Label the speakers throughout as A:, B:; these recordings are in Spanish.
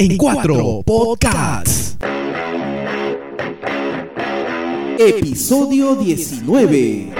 A: en cuatro podcasts.
B: Episodio 19.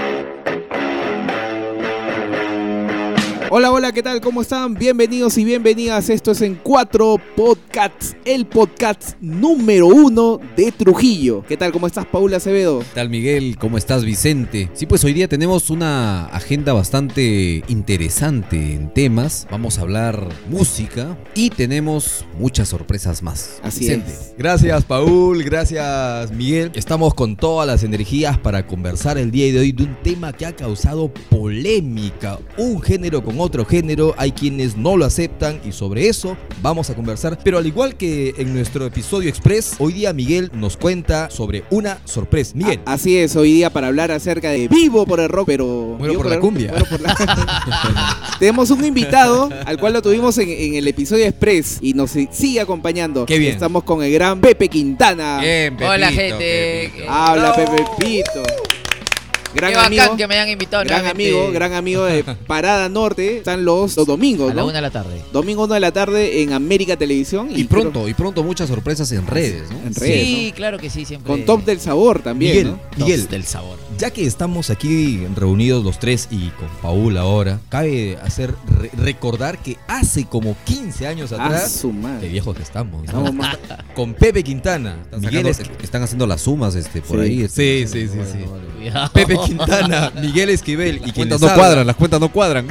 B: Hola, hola, ¿qué tal? ¿Cómo están? Bienvenidos y bienvenidas. Esto es en cuatro podcasts, el podcast número uno de Trujillo. ¿Qué tal? ¿Cómo estás, Paula Acevedo?
C: ¿Qué tal Miguel? ¿Cómo estás Vicente? Sí, pues hoy día tenemos una agenda bastante interesante en temas. Vamos a hablar música y tenemos muchas sorpresas más.
B: Así
C: Vicente.
B: es.
D: Gracias, Paul. Gracias, Miguel. Estamos con todas las energías para conversar el día de hoy de un tema que ha causado polémica. Un género con otro género. Hay quienes no lo aceptan y sobre eso vamos a conversar. Pero al igual que en nuestro episodio express, hoy día Miguel nos cuenta sobre una sorpresa. Miguel.
B: A- Ah. así es, hoy día para hablar acerca de Vivo por el Rock, pero... Vivo
D: por la
B: el-
D: cumbia.
B: muero por la- Tenemos un invitado al cual lo tuvimos en, en el episodio Express y nos si- sigue acompañando.
D: Qué bien. Eh.
B: Estamos con el gran Pepe Quintana.
C: Bien,
E: Hola, gente.
C: Pepito.
B: Habla
E: Bravo.
B: Pepe Pito. Gran
E: Qué bacán
B: amigo,
E: que me hayan invitado.
B: gran
E: nuevamente.
B: amigo, gran amigo de Parada Norte. Están los, los domingos,
E: A la
B: ¿no?
E: una de la tarde.
B: Domingo 1 de la tarde en América Televisión.
C: Y
B: creo-
C: pronto, y pronto muchas sorpresas en redes, ¿no?
B: En redes,
E: sí, claro que sí, siempre.
B: Con Top del Sabor también,
D: Eh. Miguel,
B: ¿no?
D: Miguel,
E: del sabor.
D: Ya que estamos aquí reunidos los tres y con Paul ahora, cabe hacer re- recordar que hace como 15 años
B: Ah,
D: atrás,
B: su
D: qué
B: madre.
D: viejos que estamos, ¿no?
B: Estamos más-
D: con Pepe Quintana,
C: Están,
D: Miguel
C: sacando-
D: Esqu-
C: están haciendo las sumas este, por
B: Sí.
C: ahí.
D: Sí, sí, sí, sí.
E: Cuidado.
D: Pepe Quintana, Miguel Esquivel y
C: Las
D: quien
C: cuentas
D: les
C: no
D: habla.
C: cuadran, las cuentas no cuadran.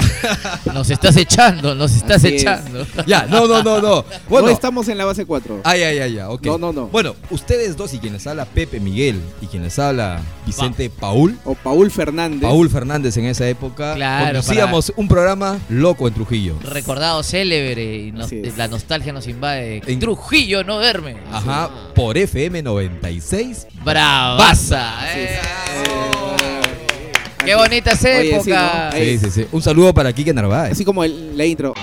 E: Nos estás echando, nos estás
B: Así es.
E: echando.
D: Ya, no, no, no, no. Bueno,
B: No estamos en la base 4.
D: ay, ay, ay, Ah, ya, ok.
B: No, no, no.
D: Bueno, ustedes dos y quien les habla Pepe Miguel y quien les habla Vicente Paul.
B: O Paul Fernández.
D: Paul Fernández en esa época
E: Claro,
D: conducíamos un programa loco en Trujillo.
E: Recordado célebre y nos-
B: Así es.
E: la nostalgia nos invade.
D: En-
E: Trujillo no duerme.
D: Ajá, por FM 96.
E: Bravaza.
B: Así es.
E: eh.
B: Eh,
E: Qué bonitas
B: Oye, sí, ¿no? Eh,
E: épocas.
B: Ahí.
D: Sí, sí, sí. Un saludo para Kike Narváez.
B: Así como el- la intro.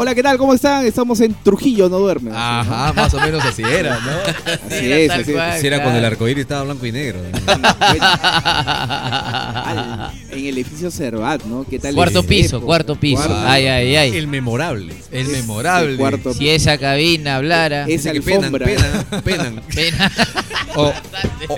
B: Hola, ¿qué tal? ¿Cómo están? Estamos en Trujillo, no duerme.
E: Ah.
D: Ajá, más o menos así era, ¿no?
B: Así
E: Era
B: es,
E: tal
B: así es.
E: cual.
C: Si era
E: claro.
C: cuando el arcoíris estaba blanco y negro.
B: Al- en el edificio Cervat, ¿no? ¿Qué tal?
E: Cuarto
B: esa
E: piso,
B: época?
E: cuarto piso.
B: Cuarto-
E: Ay, ay, ay.
C: memorable.
D: El
B: Ese
D: memorable.
B: cuarto
E: Si esa cabina hablara.
B: Es-
C: Dice que penan,
B: alfombra.
C: penan, penan.
E: Pena.
D: O, o,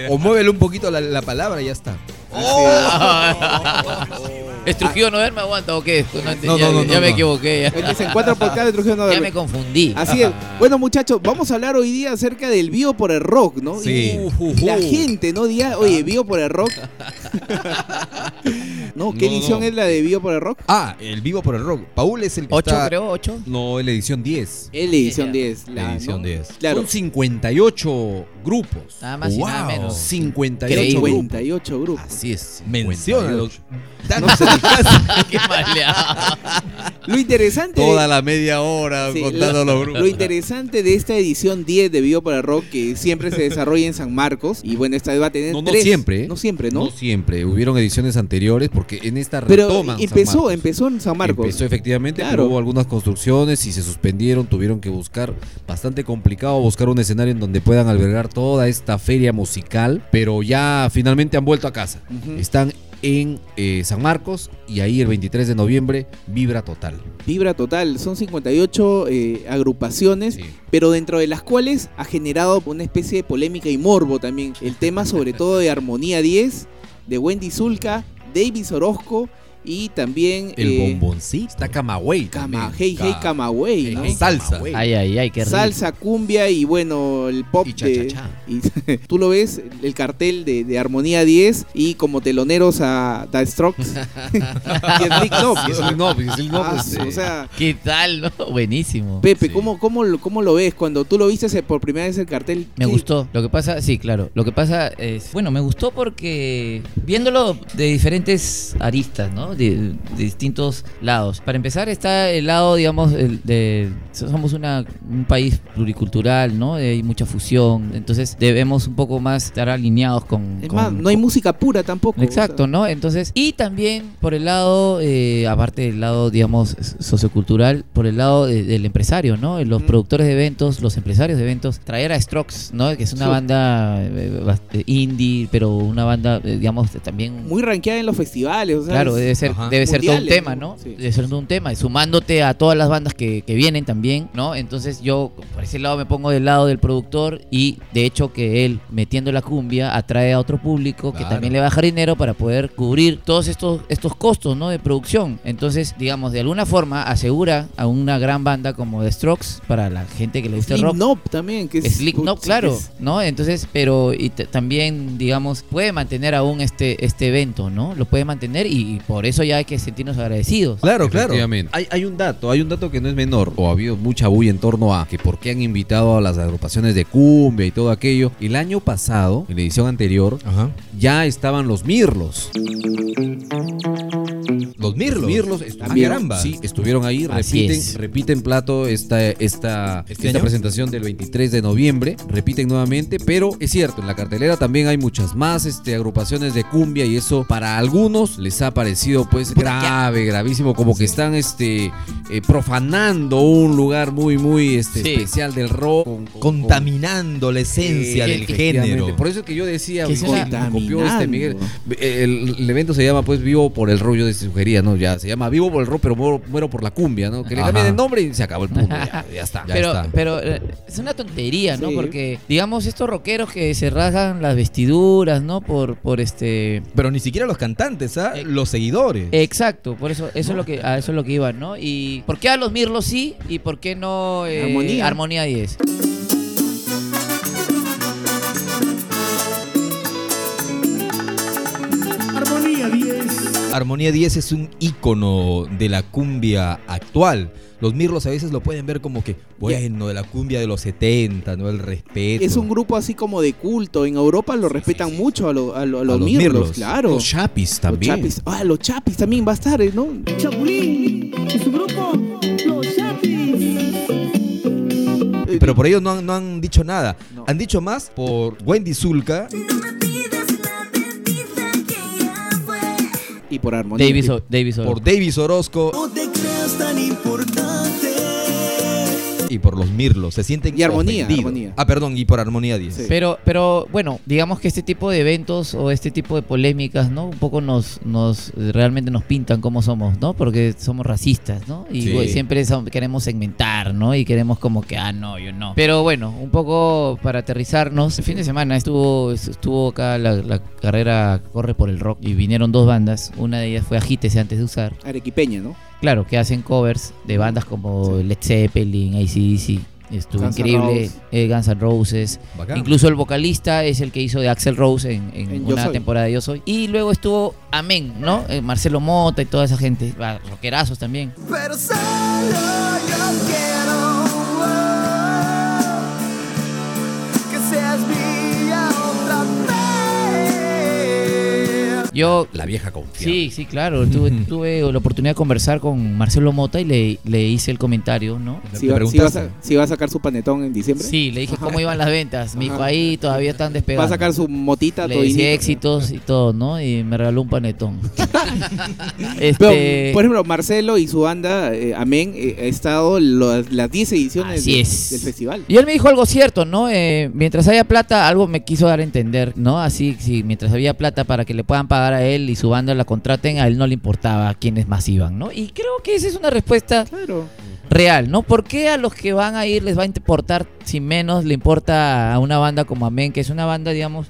D: o muévele un poquito la, la palabra y ya está.
E: ¿Es Trujillo no duerme? ¿Aguanta o qué? No, ent-
D: No,
E: ya,
D: no, no,
E: ya
D: no,
E: me
D: no.
E: equivoqué. Ya,
B: Este es en cuatro podcasts de Trujillo no
E: Ya me
B: duerme.
E: confundí.
B: Así es. Bueno, muchachos, vamos a hablar hoy día acerca del vivo por el rock, ¿no?
D: Sí.
B: Y la gente, ¿no? Diga,
E: Ah.
B: oye, vivo por el rock. no, ¿qué
C: No,
B: edición
C: no.
B: es la de vivo por el rock?
D: Ah, el vivo por el rock. Paul es el que
E: ¿Ocho,
D: está...
E: creo? ¿Ocho?
C: No, es la edición 10.
B: Es la edición 10.
D: La edición 10.
B: Claro.
C: Son 58 grupos.
E: Nada más y nada menos.
C: 58
E: Increíble.
C: grupos.
B: 58 grupos.
C: Así es.
D: Menciónalo.
C: 58.
D: Danos el caso.
E: Qué maleado.
B: Lo interesante.
C: Toda la media hora
B: Sí,
C: contando los grupos.
B: Lo interesante de esta edición 10 de Vivo para el Rock que siempre se desarrolla en San Marcos y bueno, esta va a tener
C: No, no
B: tres-
C: siempre, ¿eh?
B: No siempre, ¿no?
C: No siempre. Hubieron ediciones anteriores porque en esta
B: Pero
C: retoman San
B: empezó,
C: Marcos.
B: empezó en San Marcos.
C: Empezó efectivamente,
B: Claro.
C: pero hubo algunas construcciones y se suspendieron, tuvieron que buscar, bastante complicado buscar un escenario en donde puedan albergar toda esta feria musical, pero ya finalmente han vuelto a casa.
B: Ujú.
C: Están en eh, San Marcos y ahí el 23 de noviembre vibra total.
B: Vibra total, son 58 eh, agrupaciones,
C: Sí.
B: pero dentro de las cuales ha generado una especie de polémica y morbo también. El tema sobre todo de Armonía 10, de Wendy Zulka, Davis Orozco y también...
C: El
B: eh,
C: bomboncito. Está Camagüey.
B: Cama,
C: también.
B: hey, hey,
D: Ca-
B: Camagüey, ¿no?
C: Hey, hey,
D: Salsa.
C: Camagüey.
E: Ay, ay, ay, qué rico.
B: Salsa, cumbia y bueno, el pop
C: Y
B: de-
D: eh.
C: cha-cha-cha.
B: y- tú lo ves, el cartel de, de Armonía 10 y como teloneros a The Strokes y el Nick Knopp.
C: Y es el no, y es el no,
B: Ah,
C: este.
B: O sea,
E: ¿Qué tal, no? Buenísimo.
B: Pepe,
C: Sí.
B: ¿cómo, cómo, lo- ¿cómo lo ves? Cuando tú lo viste ese- por primera vez el cartel.
E: Me
B: ¿qué-
E: gustó. Lo que pasa, sí, claro. Lo que pasa es, bueno, me gustó porque viéndolo de diferentes aristas, ¿no? De, de distintos lados. Para empezar está el lado, digamos, el de somos una, un país pluricultural, ¿no? Hay mucha fusión, entonces debemos un poco más estar alineados con.
B: Es
E: con-
B: más, no hay música pura tampoco.
E: Exacto,
B: o sea,
E: ¿no? Entonces, y también por el lado, eh, aparte del lado, digamos, sociocultural, por el lado de- del empresario, ¿no? Los
B: Mm.
E: productores de eventos, los empresarios de eventos, traer a Strokes, ¿no? Que es una
B: Sí.
E: banda eh, bast- indie, pero una banda, eh, digamos, también...
B: muy ranqueada en los festivales. o sea,
E: Claro,
B: es-
E: debe ser,
D: Ajá.
E: debe ser todo un
B: Mundiales,
E: tema,
B: ¿no?
E: ¿no?
B: Sí.
E: Debe ser todo un tema. y Sumándote a todas las bandas que, que vienen también, ¿no? Entonces yo por ese lado me pongo del lado del productor y de hecho que él metiendo la cumbia atrae a otro público que
D: Claro.
E: también le va a dejar dinero para poder cubrir todos estos, estos costos, ¿no? De producción. Entonces, digamos, de alguna forma asegura a una gran banda como The Strokes para la gente que le gusta el rock.
B: Slipknot también, que es...
E: Slick, no,
B: putz,
E: claro,
B: es-
E: ¿no? Entonces, pero y t- también, digamos, puede mantener aún este, este evento, ¿no? Lo puede mantener y, y por eso ya hay que sentirnos agradecidos.
D: Claro, claro.
C: Efectivamente. Hay, hay un dato, hay un dato que no es menor, o ha habido mucha bulla en torno a que por qué han invitado a las agrupaciones de cumbia y todo aquello. El año pasado, en la edición anterior,
D: Ajá.
C: ya estaban los mirlos.
D: Los mirlos.
C: Los mirlos estuvieron,
D: Ah, caramba.
C: sí, estuvieron ahí,
E: Así
C: repiten,
E: es.
C: repiten plato esta, esta,
D: ¿Este
C: esta
D: año?
C: presentación del 23 de noviembre, repiten nuevamente, pero es cierto, en la cartelera también hay muchas más este, agrupaciones de cumbia y eso para algunos les ha parecido pues grave, gravísimo, como que están este, eh, profanando un lugar muy, muy este,
E: Sí.
C: especial del rock. con- con-
D: Contaminando la esencia
C: Sí,
D: del
C: efectivamente.
D: género.
C: Por eso es que yo decía,
E: Que es
C: oye,
B: una-
C: copió este Miguel.
B: Contaminando.
C: El, el evento se llama pues Vivo por el rollo de sugería, ¿no? Ya se llama Vivo por el rock, pero muero, muero por la cumbia, ¿no? Que le
D: Ajá.
C: cambien el nombre y se acabó el punto. Ya, ya está.
D: Ya
E: pero,
D: está.
E: pero eh, es una tontería, ¿no?
B: Sí.
E: Porque, digamos, estos rockeros que se rasgan las vestiduras, ¿no? Por, por este.
D: Pero ni siquiera los cantantes, ¿ah?
E: Eh,
D: los seguidores.
E: Exacto, por eso, eso es lo que, a eso es lo que iban, ¿no? Y ¿por qué a los Mirlos sí? ¿Y por qué no eh,
B: Armonía.
E: Armonía 10?
A: Armonía 10.
D: Armonía 10 es un ícono de la cumbia actual. Los mirlos a veces lo pueden ver como que, bueno, de la cumbia de los 70, ¿no? El respeto.
B: Es un grupo así como de culto. En Europa lo respetan mucho a, lo- a lo- a los,
D: los
B: mirlos,
D: mirlos.
B: claro.
C: Los chapis
B: Los
C: también.
B: chapis. Ah, los chapis también va a estar, ¿eh? ¿no?
A: Chapulín y su grupo, los Chapis.
B: Eh,
D: Pero por ellos no han, no han dicho nada.
B: No.
D: Han dicho más por Wendy Zulka.
B: y por armonía.
E: Davis, O- Davis O-
D: por Davis Orozco
A: te creas tan importante.
D: y por los Mirlos. Se sienten
B: Y Armonía,
D: ofendidos.
B: Armonía.
D: Ah, perdón, y por Armonía 10.
B: Sí.
E: Pero, pero bueno, digamos que este tipo de eventos o este tipo de polémicas, ¿no? Un poco nos, nos realmente nos pintan cómo somos, ¿no? Porque somos racistas, ¿no? Y
D: Sí.
E: bueno, siempre son- queremos segmentar, ¿no? Y queremos como que, ah, no, yo no. Pero bueno, un poco para aterrizarnos, el fin de semana estuvo, estuvo acá la, la carrera Corre por el Rock y vinieron dos bandas. Una de ellas fue Agítese antes de usar.
B: Arequipeña, ¿no?
E: Claro, que hacen covers de bandas como Led Zeppelin, ACDC. Estuvo
B: Guns N'
E: increíble.
B: Roses.
E: eh, Guns N' Roses.
D: Bacán.
E: Incluso el vocalista es el que hizo de Axel Rose en, en
B: En Yo
E: una
B: Soy.
E: temporada de Yo Soy. Y luego estuvo Amén, ¿no? Eh, Marcelo Mota y toda esa gente. Ah, Rockerazos también.
A: Pero solo yo quiero oh, que seas mía otra vez.
E: Yo.
C: La vieja confía.
E: Sí, sí, claro. Tuve, tuve la oportunidad de conversar con Marcelo Mota y le, le hice el comentario, ¿no?
D: Te
B: Si va, si va a,
D: preguntaste.
B: sa- si va a sacar su panetón en diciembre.
E: Sí, le dije cómo iban las ventas. Me dijo,
B: Ajá.
E: ahí todavía están
B: Va
E: despegadas.
B: a sacar su motita
E: Le
B: todo
E: decía éxitos y todo, ¿no? Y me regaló un panetón. Este,
B: por ejemplo, Marcelo y su banda, eh, Amén, eh, ha estado lo- las 10 ediciones
E: Así
B: de-
E: es.
B: del festival.
E: Y él me dijo algo cierto, ¿no? Eh, mientras haya plata, algo me quiso dar a entender, ¿no? Así, sí, mientras había plata para que le puedan pagar a él y su banda la contraten, a él no le importaba quiénes más iban, ¿no? Y creo que esa es una respuesta
B: Claro.
E: real, ¿no? ¿Por qué a los que van a ir les va a importar, si menos le importa a una banda como Amén, que es una banda, digamos,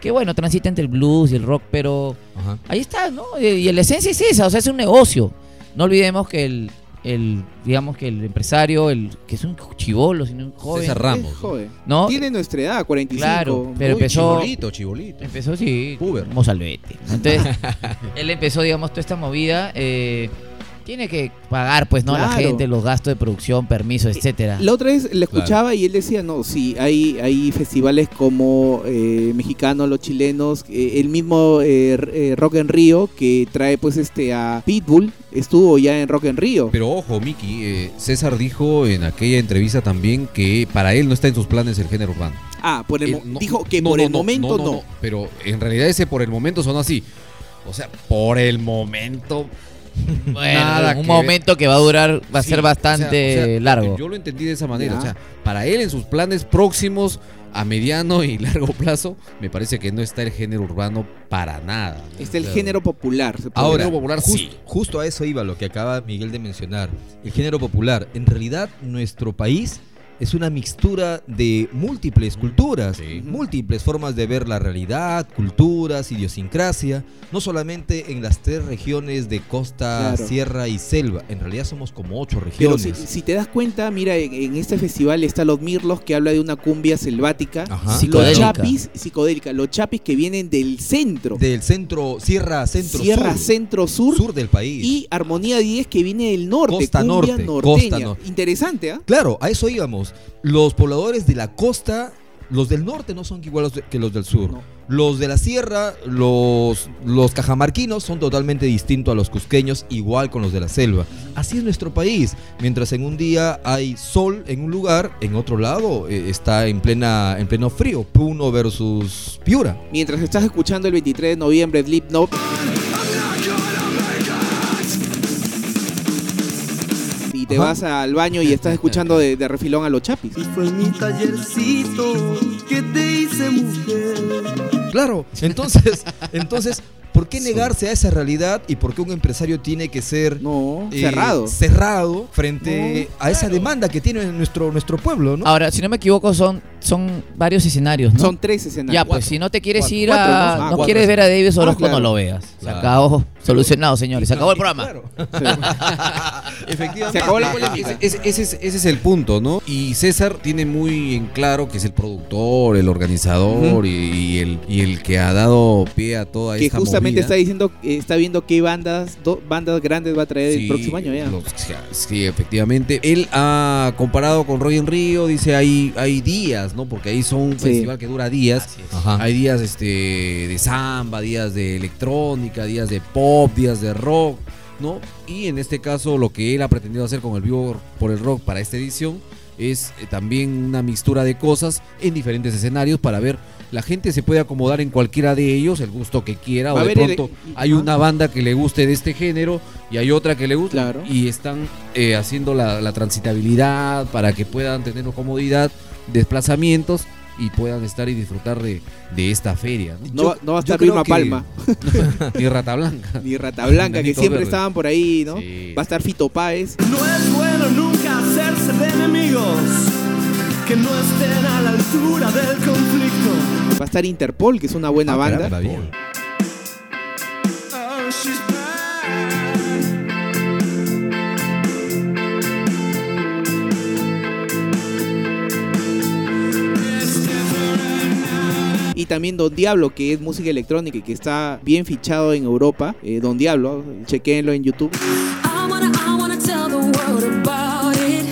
E: que bueno, transita entre el blues y el rock, pero
D: Ajá.
E: ahí está, ¿no? Eh, Y la esencia es esa, o sea, es un negocio. No olvidemos que el, el digamos que el empresario, el que es un chivolo, sino un joven.
C: César Ramos.
B: Es joven.
E: ¿no?
B: Tiene nuestra edad, 45.
E: Claro, pero
B: Uy,
E: empezó,
C: Chibolito, chibolito.
E: empezó sí,
C: Uber.
E: como salvete. ¿no? Entonces, él empezó, digamos, toda esta movida. eh, tiene que pagar, pues, ¿no? A la
B: Claro.
E: gente los gastos de producción, permiso, etcétera.
B: La otra vez le escuchaba y él decía, no, sí, hay, hay festivales como eh, mexicanos, los chilenos, eh, el mismo eh, R- eh, Rock en Río que trae pues este a Pitbull, estuvo ya en Rock en Río.
C: Pero ojo, Miki, eh, César dijo en aquella entrevista también que para él no está en sus planes el género urbano.
B: ah, por el
C: Eh,
B: mo-
C: no,
B: dijo que
C: no,
B: por
C: no,
B: el
C: no,
B: momento no.
C: Pero en realidad ese por el momento sonó así. O sea, por el momento
E: Bueno,
C: Nada
E: en un
C: que ver.
E: momento que va a durar, va a
C: Sí,
E: ser bastante
C: o sea, o sea,
E: largo.
C: Yo lo entendí de esa manera.
B: Ya.
C: O sea, para él en sus planes próximos a mediano y largo plazo, me parece que no está el género urbano para nada. ¿no?
B: Está el
C: Claro.
B: género popular. se puede
C: Ahora,
B: decir.
C: popular,
D: jus-
C: sí.
D: justo a eso iba lo que acaba Miguel de mencionar. El género popular. En realidad, nuestro país es una mixtura de múltiples culturas,
C: Sí.
D: múltiples formas de ver la realidad, culturas, idiosincrasia. No solamente en las tres regiones de costa,
B: Claro.
D: sierra y selva. En realidad somos como ocho
B: Pero
D: regiones.
B: si, si te das cuenta, mira, en, en este festival está Los Mirlos, que habla de una cumbia selvática.
D: Ajá.
B: Los
E: Psicodélica.
B: chapis, psicodélica, los chapis que vienen del centro,
D: Del centro, sierra, centro,
B: Sierra
D: sur,
B: Centro Sur,
D: sur del país.
B: y Armonía 10 que viene del norte,
D: Costa
B: cumbia
D: norte,
B: norteña.
D: costa norte.
B: Interesante, ¿ah?
D: Claro, a eso íbamos. Los pobladores de la costa, los del norte no son iguales que los del sur.
B: No.
D: Los de la sierra, los, los cajamarquinos son totalmente distintos a los cusqueños, igual con los de la selva. Así es nuestro país. Mientras en un día hay sol en un lugar, en otro lado eh, está en, plena, en pleno frío. Puno versus Piura.
B: Mientras estás escuchando el 23 de noviembre Slipknot. Y te
D: Ajá.
B: vas al baño y estás escuchando de, de refilón a los chapis.
A: Y fue en mi tallercito que te hice mujer.
D: Claro, entonces, entonces, ¿por qué negarse a esa realidad y por qué un empresario tiene que ser
B: No,
D: eh,
B: cerrado.
D: cerrado frente a esa demanda que tiene nuestro, nuestro pueblo, ¿no?
E: Ahora, si no me equivoco, son, son varios escenarios, ¿no?
B: Son tres escenarios.
E: ya,
D: cuatro.
E: pues si no te quieres
D: Cuatro.
E: ir
B: Cuatro, ¿no?
E: a.
B: Ah,
E: no
D: cuatro
E: quieres ver a Davis Orozco,
B: claro.
E: no lo veas. Se
D: Claro.
E: acabó. Solucionado, señores. Se acabó el
D: Claro,
E: programa.
D: Efectivamente.
B: Se acabó la
C: Ese,
B: polémica.
C: ese- ese es, ese es el punto, ¿no? Y César tiene muy en claro que es el productor, el organizador y, y el, y el que ha dado pie a toda
B: Que
C: esta
B: justamente
C: movida.
B: está diciendo, eh, está viendo qué bandas, do- bandas grandes va a traer el
C: Sí,
B: próximo año ya.
C: lo- o sea, sí, efectivamente. Él ha comparado con Roy en Río, dice hay, hay días, ¿no? Porque ahí son un
B: Sí.
C: festival que dura días.
D: Ajá.
C: Hay días este, de samba, días de electrónica, días de pop, días de rock, ¿no? Y en este caso lo que él ha pretendido hacer con el vivo por el rock para esta edición es eh, también una mixtura de cosas en diferentes escenarios para ver la gente se puede acomodar en cualquiera de ellos, el gusto que quiera,
B: Va
C: o
B: a
C: de
B: haber ele-
C: pronto hay una banda que le guste de este género y hay otra que le guste
B: Claro.
C: y están eh, haciendo la, la transitabilidad para que puedan tener comodidad, desplazamientos y puedan estar y disfrutar de, de esta feria. ¿no?
B: No,
D: Yo-
B: va- no va a
D: yo
B: estar
D: creo
B: Vilma
D: que-
B: Palma,
C: Y Rata Blanca.
B: ni Rata Blanca, que
C: Nanito
B: siempre
C: Verde.
B: estaban por ahí, ¿no?
C: Sí.
B: Va a estar Fito Páez.
A: No es bueno nunca hacerse de enemigos que no estén a la altura del conflicto.
B: Va a estar Interpol, que es una
C: Ah,
B: buena banda.
D: Caramba, bien.
A: Oh, she's back.
B: Y también Don Diablo, que es música electrónica y que está bien fichado en Europa. Eh, Don Diablo, chequenlo en YouTube.
F: I wanna, I wanna tell the world about it.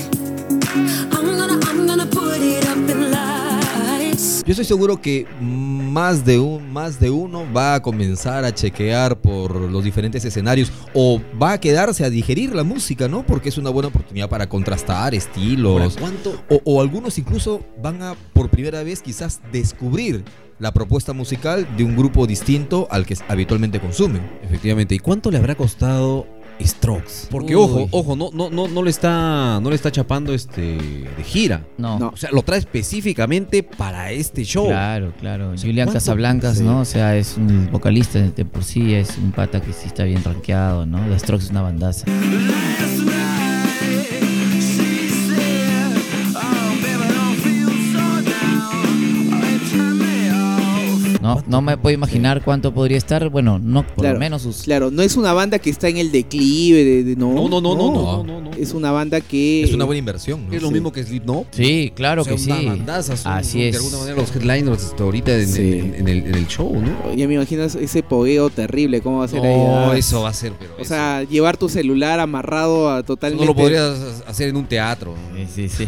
F: I'm gonna, I'm gonna put it up in lights.
D: Yo estoy seguro que más de, un, más de uno va a comenzar a chequear por los diferentes escenarios o va a quedarse a digerir la música, ¿no? Porque es una buena oportunidad para contrastar
C: Ahora,
D: estilos.
C: ¿Cuánto?
D: O, o algunos incluso van a por primera vez quizás descubrir la propuesta musical de un grupo distinto al que habitualmente consumen.
C: Efectivamente, ¿y cuánto le habrá costado Strokes? Porque
E: Uy.
C: ojo, ojo, no, no, no, no le está, no le está chapando este de gira.
E: No.
B: No.
C: O sea, lo trae específicamente para este show.
E: Claro, claro. Julian
C: ¿cuánto?
E: Casablancas,
C: Sí.
E: ¿no? O sea, es un vocalista de de por sí, es un pata que sí está bien rankeado, ¿no? The Strokes es una bandaza.
A: Last night she said, "Oh, baby, don't feel so down. It turned me off."
E: No, no me puedo imaginar cuánto podría estar. Bueno, no, por
B: Claro,
E: lo menos sus.
B: Claro, no es una banda que está en el declive de, de- no,
C: No, no, no, no, no, no, no.
B: Es una banda que
D: Es una buena inversión, ¿no?
C: Es lo mismo que Slipknot.
E: Sí, claro
C: O sea,
E: que sí.
C: una bandaza son,
E: Así
C: son
E: es.
C: De alguna manera los headliners hasta ahorita en,
B: Sí.
C: en- en el, en el show, ¿no?
B: Ya me imagino ese pogueo terrible, cómo va a ser ahí. Ah,
C: Oh, eso va a ser, pero.
B: O sea, llevar tu celular amarrado a
C: eso
B: totalmente.
C: no lo podrías hacer en un teatro.
E: Sí, sí, sí.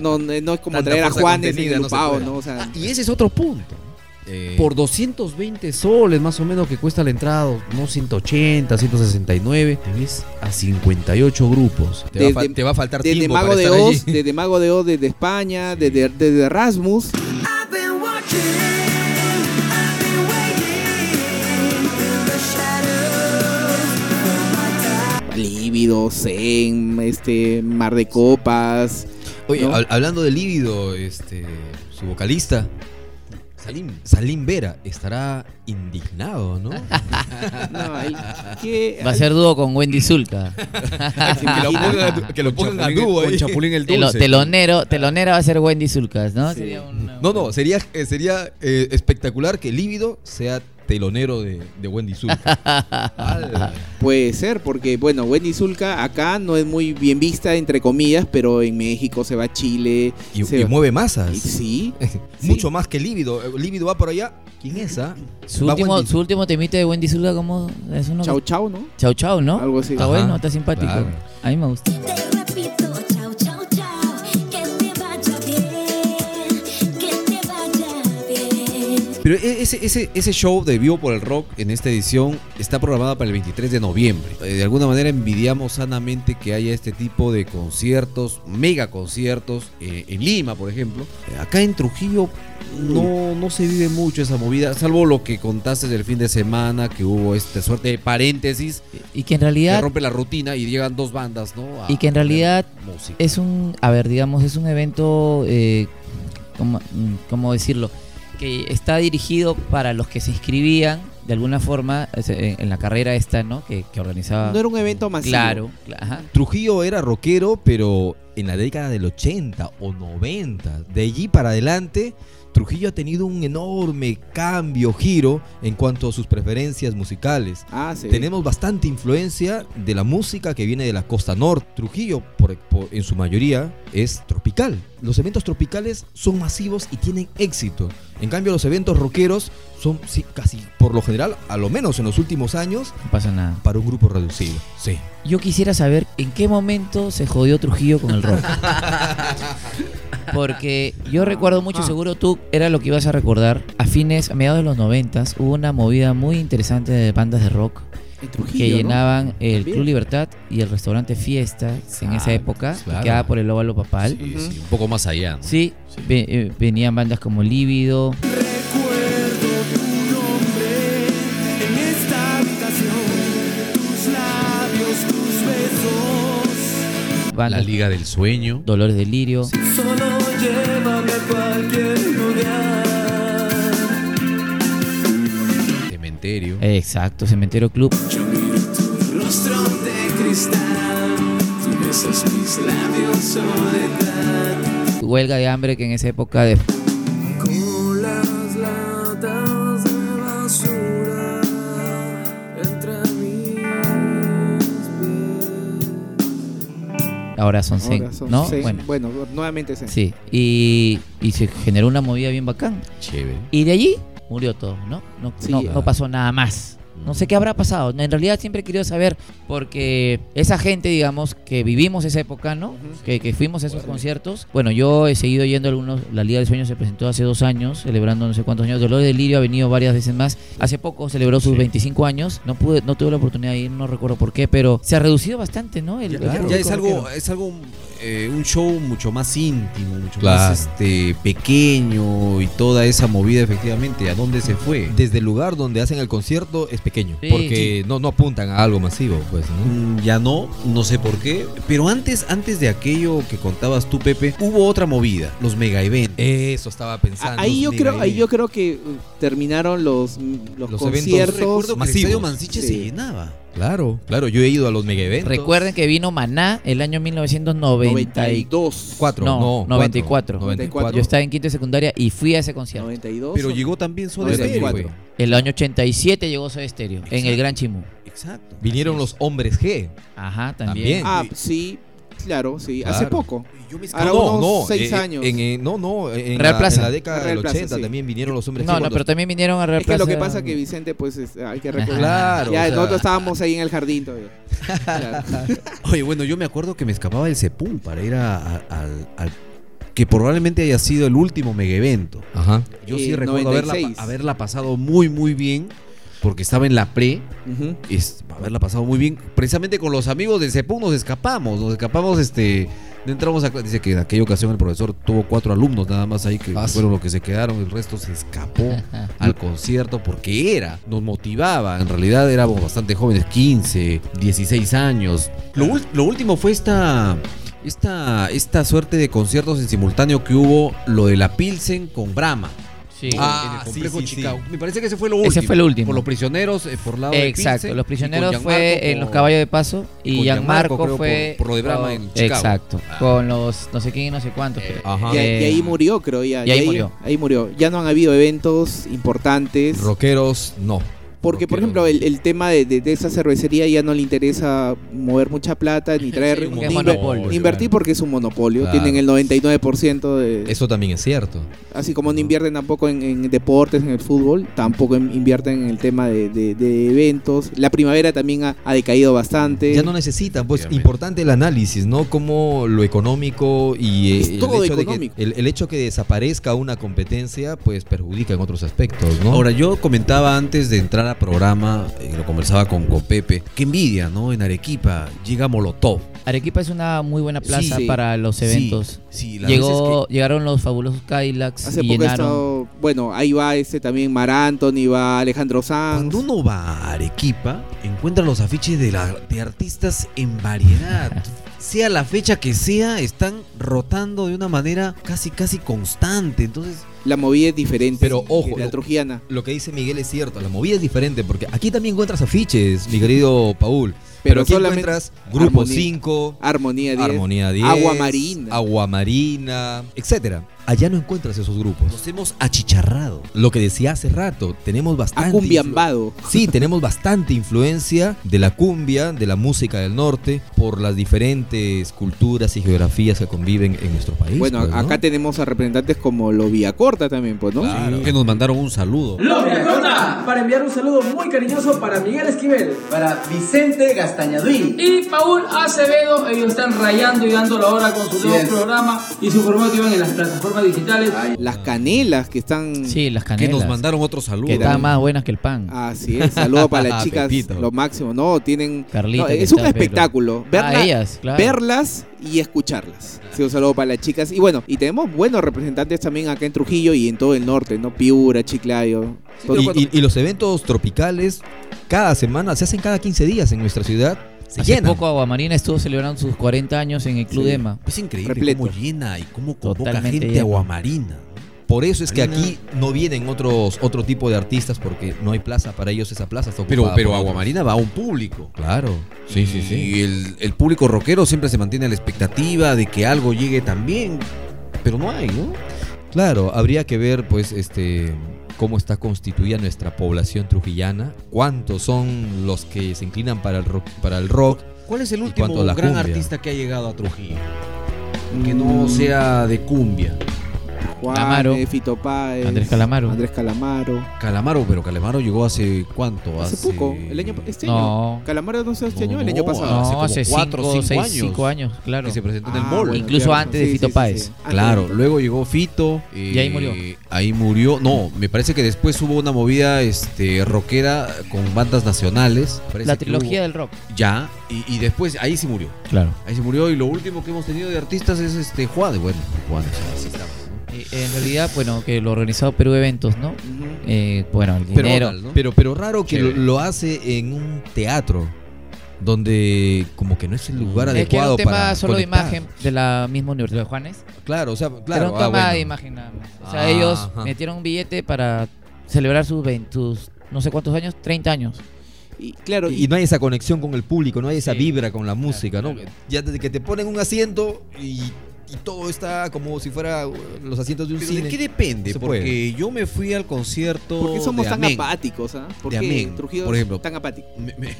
B: No, no- no es como
D: Tanta
B: traer a
D: fuerza
B: Juanes en
D: contenida,
B: el
D: no se
B: Lupao,
D: puede.
B: ¿no? O sea,
C: Ah, Y ese es otro punto.
D: Eh,
C: Por 220 soles más o menos que cuesta la entrada, no 180, 169, te ves a 58 grupos.
D: te, va a
B: desde-
D: fal- te va a faltar
B: desde
D: tiempo
B: Mago
D: para
B: de
D: estar allí.
B: Oz, desde Mago de Oz, desde España, desde, desde Erasmus.
F: I've been watching, I've been waiting in the shadows for my
B: lívido, zen, este, mar de copas.
D: Oye,
B: ¿no?
D: hab- hablando de Lívido, este, su vocalista, Salim, Salim Vera, estará indignado, ¿no?
B: No, el- ¿qué?
E: Va a ser dúo con Wendy Zulka.
D: que lo pongan a du- que lo pongan a dúo eh.
C: Con
D: ahí.
C: Chapulín el
E: Telo-
C: Dulce.
E: telonero, telonera va a ser Wendy Zulka, ¿no?
B: Sí.
E: Sería una-
D: No, no, sería, eh, sería eh, espectacular que Lívido sea telonero de, de Wendy Sur.
B: Puede ser, porque bueno, Wendy Zulka acá no es muy bien vista, entre comillas, pero en México se va a Chile.
D: y,
B: se
D: y
B: va-
D: mueve masas.
B: y- Sí, sí.
D: Ah, Mucho más que Lívido. Eh, Lívido va por allá. ¿Quién es ah? esa?
E: Su último, su último temita de Wendy Zulka, ¿cómo? Es uno que-
B: Chau, chau, ¿no?
E: Chau, chau, ¿no?
B: Algo así.
E: Está
D: Ajá,
E: bueno, está simpático.
D: claro.
E: A mí me gusta.
F: Te repito, chao, chao, chao, que te vaya bien, que te vaya bien.
C: Pero e- ese, ese, ese show de Vivo por el Rock en esta edición está programada para el 23 de noviembre. Eh, De alguna manera envidiamos sanamente que haya este tipo de conciertos, mega conciertos, eh, en Lima, por ejemplo. Eh, Acá en Trujillo no, no se vive mucho esa movida, salvo lo que contaste del fin de semana, que hubo esta suerte de paréntesis
E: Y que en
C: que
E: realidad
C: rompe la rutina y llegan dos bandas, ¿no? A
E: Y que en
C: poner
E: realidad
C: música.
E: es un, a ver, digamos, es un evento, eh, ¿cómo, mm, cómo decirlo? Que está dirigido para los que se inscribían de alguna forma es- eh, en, en la carrera esta, ¿no? Que, que organizaba.
B: No era un evento masivo.
E: Ah. Claro, cla- ajá.
D: Trujillo era rockero, pero en la década del 80 o 90, de allí para adelante, Trujillo ha tenido un enorme cambio, giro en cuanto a sus preferencias musicales.
B: Ah, sí.
D: Tenemos bastante influencia de la música que viene de la costa norte. Trujillo, por- por- en su mayoría, es tropical. Los eventos tropicales son masivos y tienen éxito. En cambio, los eventos rockeros son sí, casi, por lo general, a lo menos en los últimos años,
E: No pasa nada.
D: para un grupo reducido. Sí.
E: Yo quisiera saber en qué momento se jodió Trujillo con el rock. Porque yo recuerdo mucho, seguro tú era lo que ibas a recordar. A fines, a mediados de los noventas, hubo una movida muy interesante de bandas de rock
B: En
E: que
B: Trujillo, ¿no?
E: llenaban el
B: También.
E: Club Libertad y el restaurante Fiesta en esa
C: Ah,
E: época,
C: claro.
E: que quedaba por el óvalo papal. Sí,
C: Sí, sí, un poco más allá. ¿no?
E: ve- eh, venían bandas como Lívido,
A: Recuerdo tu nombre en esta habitación, tus labios, tus besos.
C: La
E: bandas
C: Liga del Sueño.
E: Dolores de Lirio.
A: Solo llévame a cualquier lugar.
C: Cementerio.
E: Exacto, Cementerio Club.
A: Yo miro tu rostro de cristal, tus besos, mis labios, soledad.
E: Huelga de hambre que en esa época de-
A: Como las latas de basura entre mis pies.
E: ahora son Zen,
B: Ahora son
E: ¿no?
B: Zen.
E: Bueno,
B: Bueno. nuevamente Zen.
E: Sí, y, y se generó una movida bien bacán.
C: Chévere.
E: Y de allí murió todo, ¿no? No,
B: Sí,
E: no,
B: ah.
E: no pasó nada más. No sé qué habrá pasado. En realidad siempre he querido saber, porque esa gente, digamos, que vivimos esa época, ¿no? que, que fuimos a esos conciertos. Bueno, yo he seguido yendo a algunos. La Liga del Sueño se presentó hace dos años, celebrando no sé cuántos años. Dolores de Lirio ha venido varias veces más. Hace poco celebró sus 25 años. No pude, no tuve la oportunidad de ir, no recuerdo por qué, pero se ha reducido bastante, ¿no?
C: Ya,
E: El- el
C: ya-
E: público
C: ya es algo,
E: rockero.
C: es algo eh, un show mucho más íntimo, mucho
D: Claro.
C: más este pequeño y toda esa movida efectivamente. ¿A dónde se fue?
D: desde el lugar donde hacen el concierto es pequeño.
E: Sí,
D: porque No, no apuntan a algo masivo, pues, ¿no?
C: Mm, Ya no, no sé por qué. Pero antes, antes de aquello que contabas tú, Pepe, hubo otra movida, los mega eventos.
D: Eso estaba
B: Ah,
D: pensando.
B: Ahí yo
D: Mira,
B: creo, ahí
D: eh,
B: yo creo que uh, terminaron los, mm, los,
D: Los eventos.
B: conciertos.
C: Recuerdo que el
D: masivos.
C: estadio Mansiche se
B: Sí.
C: llenaba.
D: Claro, claro, yo he ido a los mega eventos.
E: Recuerden que vino Maná el año 1994.
B: 92.
D: Cuatro,
E: No,
D: no,
E: 94.
D: 94.
E: Yo estaba en quinto de secundaria y fui a ese concierto.
B: 92.
C: Pero llegó también Soda Stereo.
B: 94.
C: güey.
E: El año 87 llegó Soda Stereo en
C: Exacto.
E: el Gran Chimú.
C: Exacto.
D: Vinieron los hombres G.
E: Ajá, también.
D: También.
B: Ah, sí, claro, sí, hace
D: Claro.
B: poco.
C: Yo me
B: Ahora
C: escapaba.
B: unos seis
D: eh,
B: años.
D: En, eh, no, no, en
E: Real
D: la,
E: Plaza.
D: en la década
B: Real
D: del
B: Plaza,
D: 80
B: sí.
D: también vinieron los hombres
E: No,
D: G.
E: no,
D: cuando-
E: pero también vinieron a Real
B: Es que lo que
E: Plaza.
B: pasa que Vicente, pues, es- hay que recordar.
D: Claro.
B: ya,
D: o sea,
B: nosotros estábamos ahí en el jardín todavía. Claro.
C: Oye, bueno, yo me acuerdo que me escapaba del Sepul para ir a- a- al, al- que probablemente haya sido el último mega evento.
D: Ajá.
C: Yo sí
B: Eh,
C: recuerdo haberla,
B: 96.
C: haberla pasado muy, muy bien, porque estaba en la pre,
B: Ujú.
C: es, haberla pasado muy bien. Precisamente con los amigos de Sepú nos escapamos, nos escapamos este No entramos a clase. Dice que en aquella ocasión el profesor tuvo cuatro alumnos nada más ahí que
D: Ah, sí.
C: fueron los que se quedaron. El resto se escapó al concierto porque era, nos motivaba. En realidad éramos bastante jóvenes, 15, 16 años. Lo, ul- lo último fue esta. Esta, esta suerte de conciertos en simultáneo que hubo, lo de la Pilsen con Brahma.
E: Sí.
D: Ah,
C: en el
D: sí,
C: complejo
D: sí, sí.
C: Chicago. Me parece que ese fue lo
E: Ese
C: último.
E: fue lo último.
C: Por los prisioneros, eh, por lado de
E: Exacto,
C: Pilsen,
E: los
C: y con
E: prisioneros
C: Gianmarco
E: fue en
C: por-
E: los caballos de paso
C: y
E: y
C: con
E: Gianmarco
C: Gianmarco, creo,
E: fue
C: por- por lo de Brahma
E: con-
C: en Chicago.
E: Exacto,
C: Ah.
E: con los no sé quién y no sé cuántos.
C: Eh,
E: que-
D: ajá.
B: Y, a- y
E: eh,
B: ahí murió, creo. Ya,
E: y ahí murió.
B: ahí murió. Ya no han habido eventos importantes.
D: Rockeros, no.
B: Porque, por ejemplo,
D: Rockeros.
B: el, el tema de, de- de esa cervecería ya no le interesa mover mucha plata ni traer.
E: Sí, porque es
B: ni inver-
E: monopolio,
B: ni invertir porque es un monopolio.
D: Claro.
B: Tienen el 99% de.
D: Eso también es cierto.
B: Así como no invierten tampoco en, en deportes, en el fútbol, tampoco en- invierten en el tema de, de- de eventos. La primavera también ha, ha decaído bastante.
D: Ya no necesitan, pues
C: Obviamente.
D: importante el análisis, ¿no? Como lo económico y eh,
B: Es todo
D: el, hecho de que,
B: económico.
D: el, el hecho que desaparezca una competencia, pues perjudica en otros aspectos, ¿no?
C: Ahora, yo comentaba antes de entrar al programa, eh, lo conversaba con, con Pepe, qué envidia, ¿no? En Arequipa llega Molotov.
E: Arequipa es una muy buena plaza
B: sí.
E: para los
C: Sí,
E: eventos.
C: Sí, las
E: Llegó,
C: veces
E: llegaron los fabulosos Cadillacs
B: Hace
E: y
B: poco ha
E: llenaron.
B: estado. Bueno, ahí va este también Mar Anthony, va Alejandro
C: que-
B: Sanz.
C: Cuando uno va a Arequipa, encuentra los afiches de, la- de artistas en variedad. Sea la fecha que sea, están rotando de una manera casi, casi constante. Entonces,
B: La movida es diferente.
D: Pero, ojo,
B: La
D: lo-
B: Trujillana.
D: Lo que dice Miguel es cierto, la movida es diferente porque aquí también encuentras afiches, mi querido Paul.
B: Pero
D: Pero, aquí
B: solamente-
D: encuentras Grupo
B: Armonía.
D: 5,
B: Armonía 10.
D: Armonía 10,
B: Agua Marina.
D: Agua Marina, etcétera. Allá no encuentras esos grupos.
C: nos hemos achicharrado.
D: Lo que decía hace rato, tenemos bastante
B: Ah,
D: influ-
B: Acumbiambado.
D: Sí, tenemos bastante influencia de la cumbia, de la música del norte, por las diferentes culturas y geografías que conviven en nuestro país.
B: Bueno,
D: pues, ¿no?
B: acá tenemos a representantes como los Villacorta también, pues, ¿no?
C: Claro. Que nos mandaron un saludo.
G: Los Villacorta, para enviar un saludo muy cariñoso para Miguel Esquivel, para Vicente Gastañaduy y Paul Acevedo. Ellos están rayando y dando la hora con su nuevo programa y su formato iban en las plataformas digitales.
B: Las canelas que están.
E: Sí, las
C: Que
E: canelas.
C: nos mandaron otro saludo.
E: que están más buenas que el pan.
B: Así es, Ah, eh, saludo para las chicas,
D: Pepito.
B: lo máximo, ¿no? Tienen.
E: Carlita,
B: no,
E: que
B: es
E: está
B: un
E: en Perú.
B: espectáculo. Verla-
E: Ah, ellas, claro.
B: Verlas y escucharlas. Sí, un saludo para las chicas. Y bueno, y tenemos buenos representantes también acá en Trujillo y en todo el norte, ¿no? Piura, Chiclayo. todo-
D: Y, y- y los eventos tropicales cada semana se hacen cada 15 días en nuestra ciudad. Se
E: Hace
D: llenan.
E: poco Aguamarina estuvo celebrando sus 40 años en el Club
B: Sí.
E: Dema.
C: Es increíble
B: Repleto.
C: cómo llena y cómo convoca
E: Totalmente
C: gente
E: lleno.
C: a Guamarina.
D: Por eso es que
C: Hay una-
D: aquí no vienen otros otro tipo de artistas porque no hay plaza para ellos esa plaza está
C: Pero,
D: ocupada
C: pero
D: por otros.
C: Aguamarina va a un público.
D: Claro.
C: Sí, sí, sí. Y el, el público rockero siempre se mantiene a la expectativa de que algo llegue también. Pero no hay, ¿no?
D: Claro, habría que ver pues este cómo está constituida nuestra población trujillana, cuántos son los que se inclinan para el rock, para el rock.
C: ¿Cuál es el
D: ¿Y
C: último
D: cuánto la
C: gran
D: cumbia?
C: artista que ha llegado a Trujillo? Que
B: Mm.
C: no sea de cumbia.
B: Juan,
E: Calamaro.
B: eh, Fito Páez,
E: Andrés Calamaro.
B: Andrés Calamaro.
C: Calamaro, pero Calamaro llegó hace cuánto?
B: Hace poco, el año este
E: No.
B: año. Calamaro no sé este
C: No,
B: año, el año
C: no,
B: pasado.
E: No,
C: hace como
E: hace
C: cuatro,
E: 5
C: cinco
E: 6
C: años.
E: 5 años, claro.
C: Que se presentó en
B: Ah,
C: el mall.
B: bueno,
E: Incluso
B: claro,
E: antes de Fito Páez.
B: Ah,
C: Claro, luego llegó Fito.
E: Y ahí murió.
C: Eh,
D: eh,
C: Ahí murió. No, me parece que después hubo una movida este, rockera con bandas nacionales. Parece
E: La
C: que
E: trilogía
C: hubo-
E: del rock.
C: Ya, y, y después ahí sí murió.
E: Claro.
C: Ahí se murió y lo último que hemos tenido de artistas es este Juan. Bueno, Juan, sí, sí estamos, ¿no?
E: Eh, en realidad, bueno, que lo organizado Perú Eventos, ¿no?
B: Ujú.
E: Eh, bueno, el
D: Pero,
E: dinero.
C: ¿no?
D: pero, pero raro que lo,
C: Chévere.
D: lo hace en un teatro donde como que no es el lugar
E: es Eh, que era
D: adecuado
E: un tema
D: para
E: solo
D: conectar.
E: de imagen de la misma Universidad de Juanes.
D: Claro, o sea,
E: Era
D: claro.
E: un
D: ah,
E: tema
D: bueno.
E: de imagen nada más. O sea,
D: Ah,
E: ellos
D: ajá.
E: metieron un billete para celebrar sus 20, sus no sé cuántos años, 30 años.
B: Y claro,
D: Y y no hay esa conexión con el público, no hay esa
E: Sí,
D: vibra con la música, ¿no?
E: claro.
D: Ya desde que te ponen un asiento y, y todo está como si fuera uh, los asientos de un
C: Pero
D: cine.
C: ¿de qué depende?
D: Se
C: Porque
D: puede.
C: yo me fui al concierto.
B: ¿por qué somos
C: de
B: tan
C: Amén.
B: apáticos? ah? ¿Por
C: De
B: qué
C: Amén,
B: Trujillo
C: por ejemplo.
B: tan apático?
C: Me, me-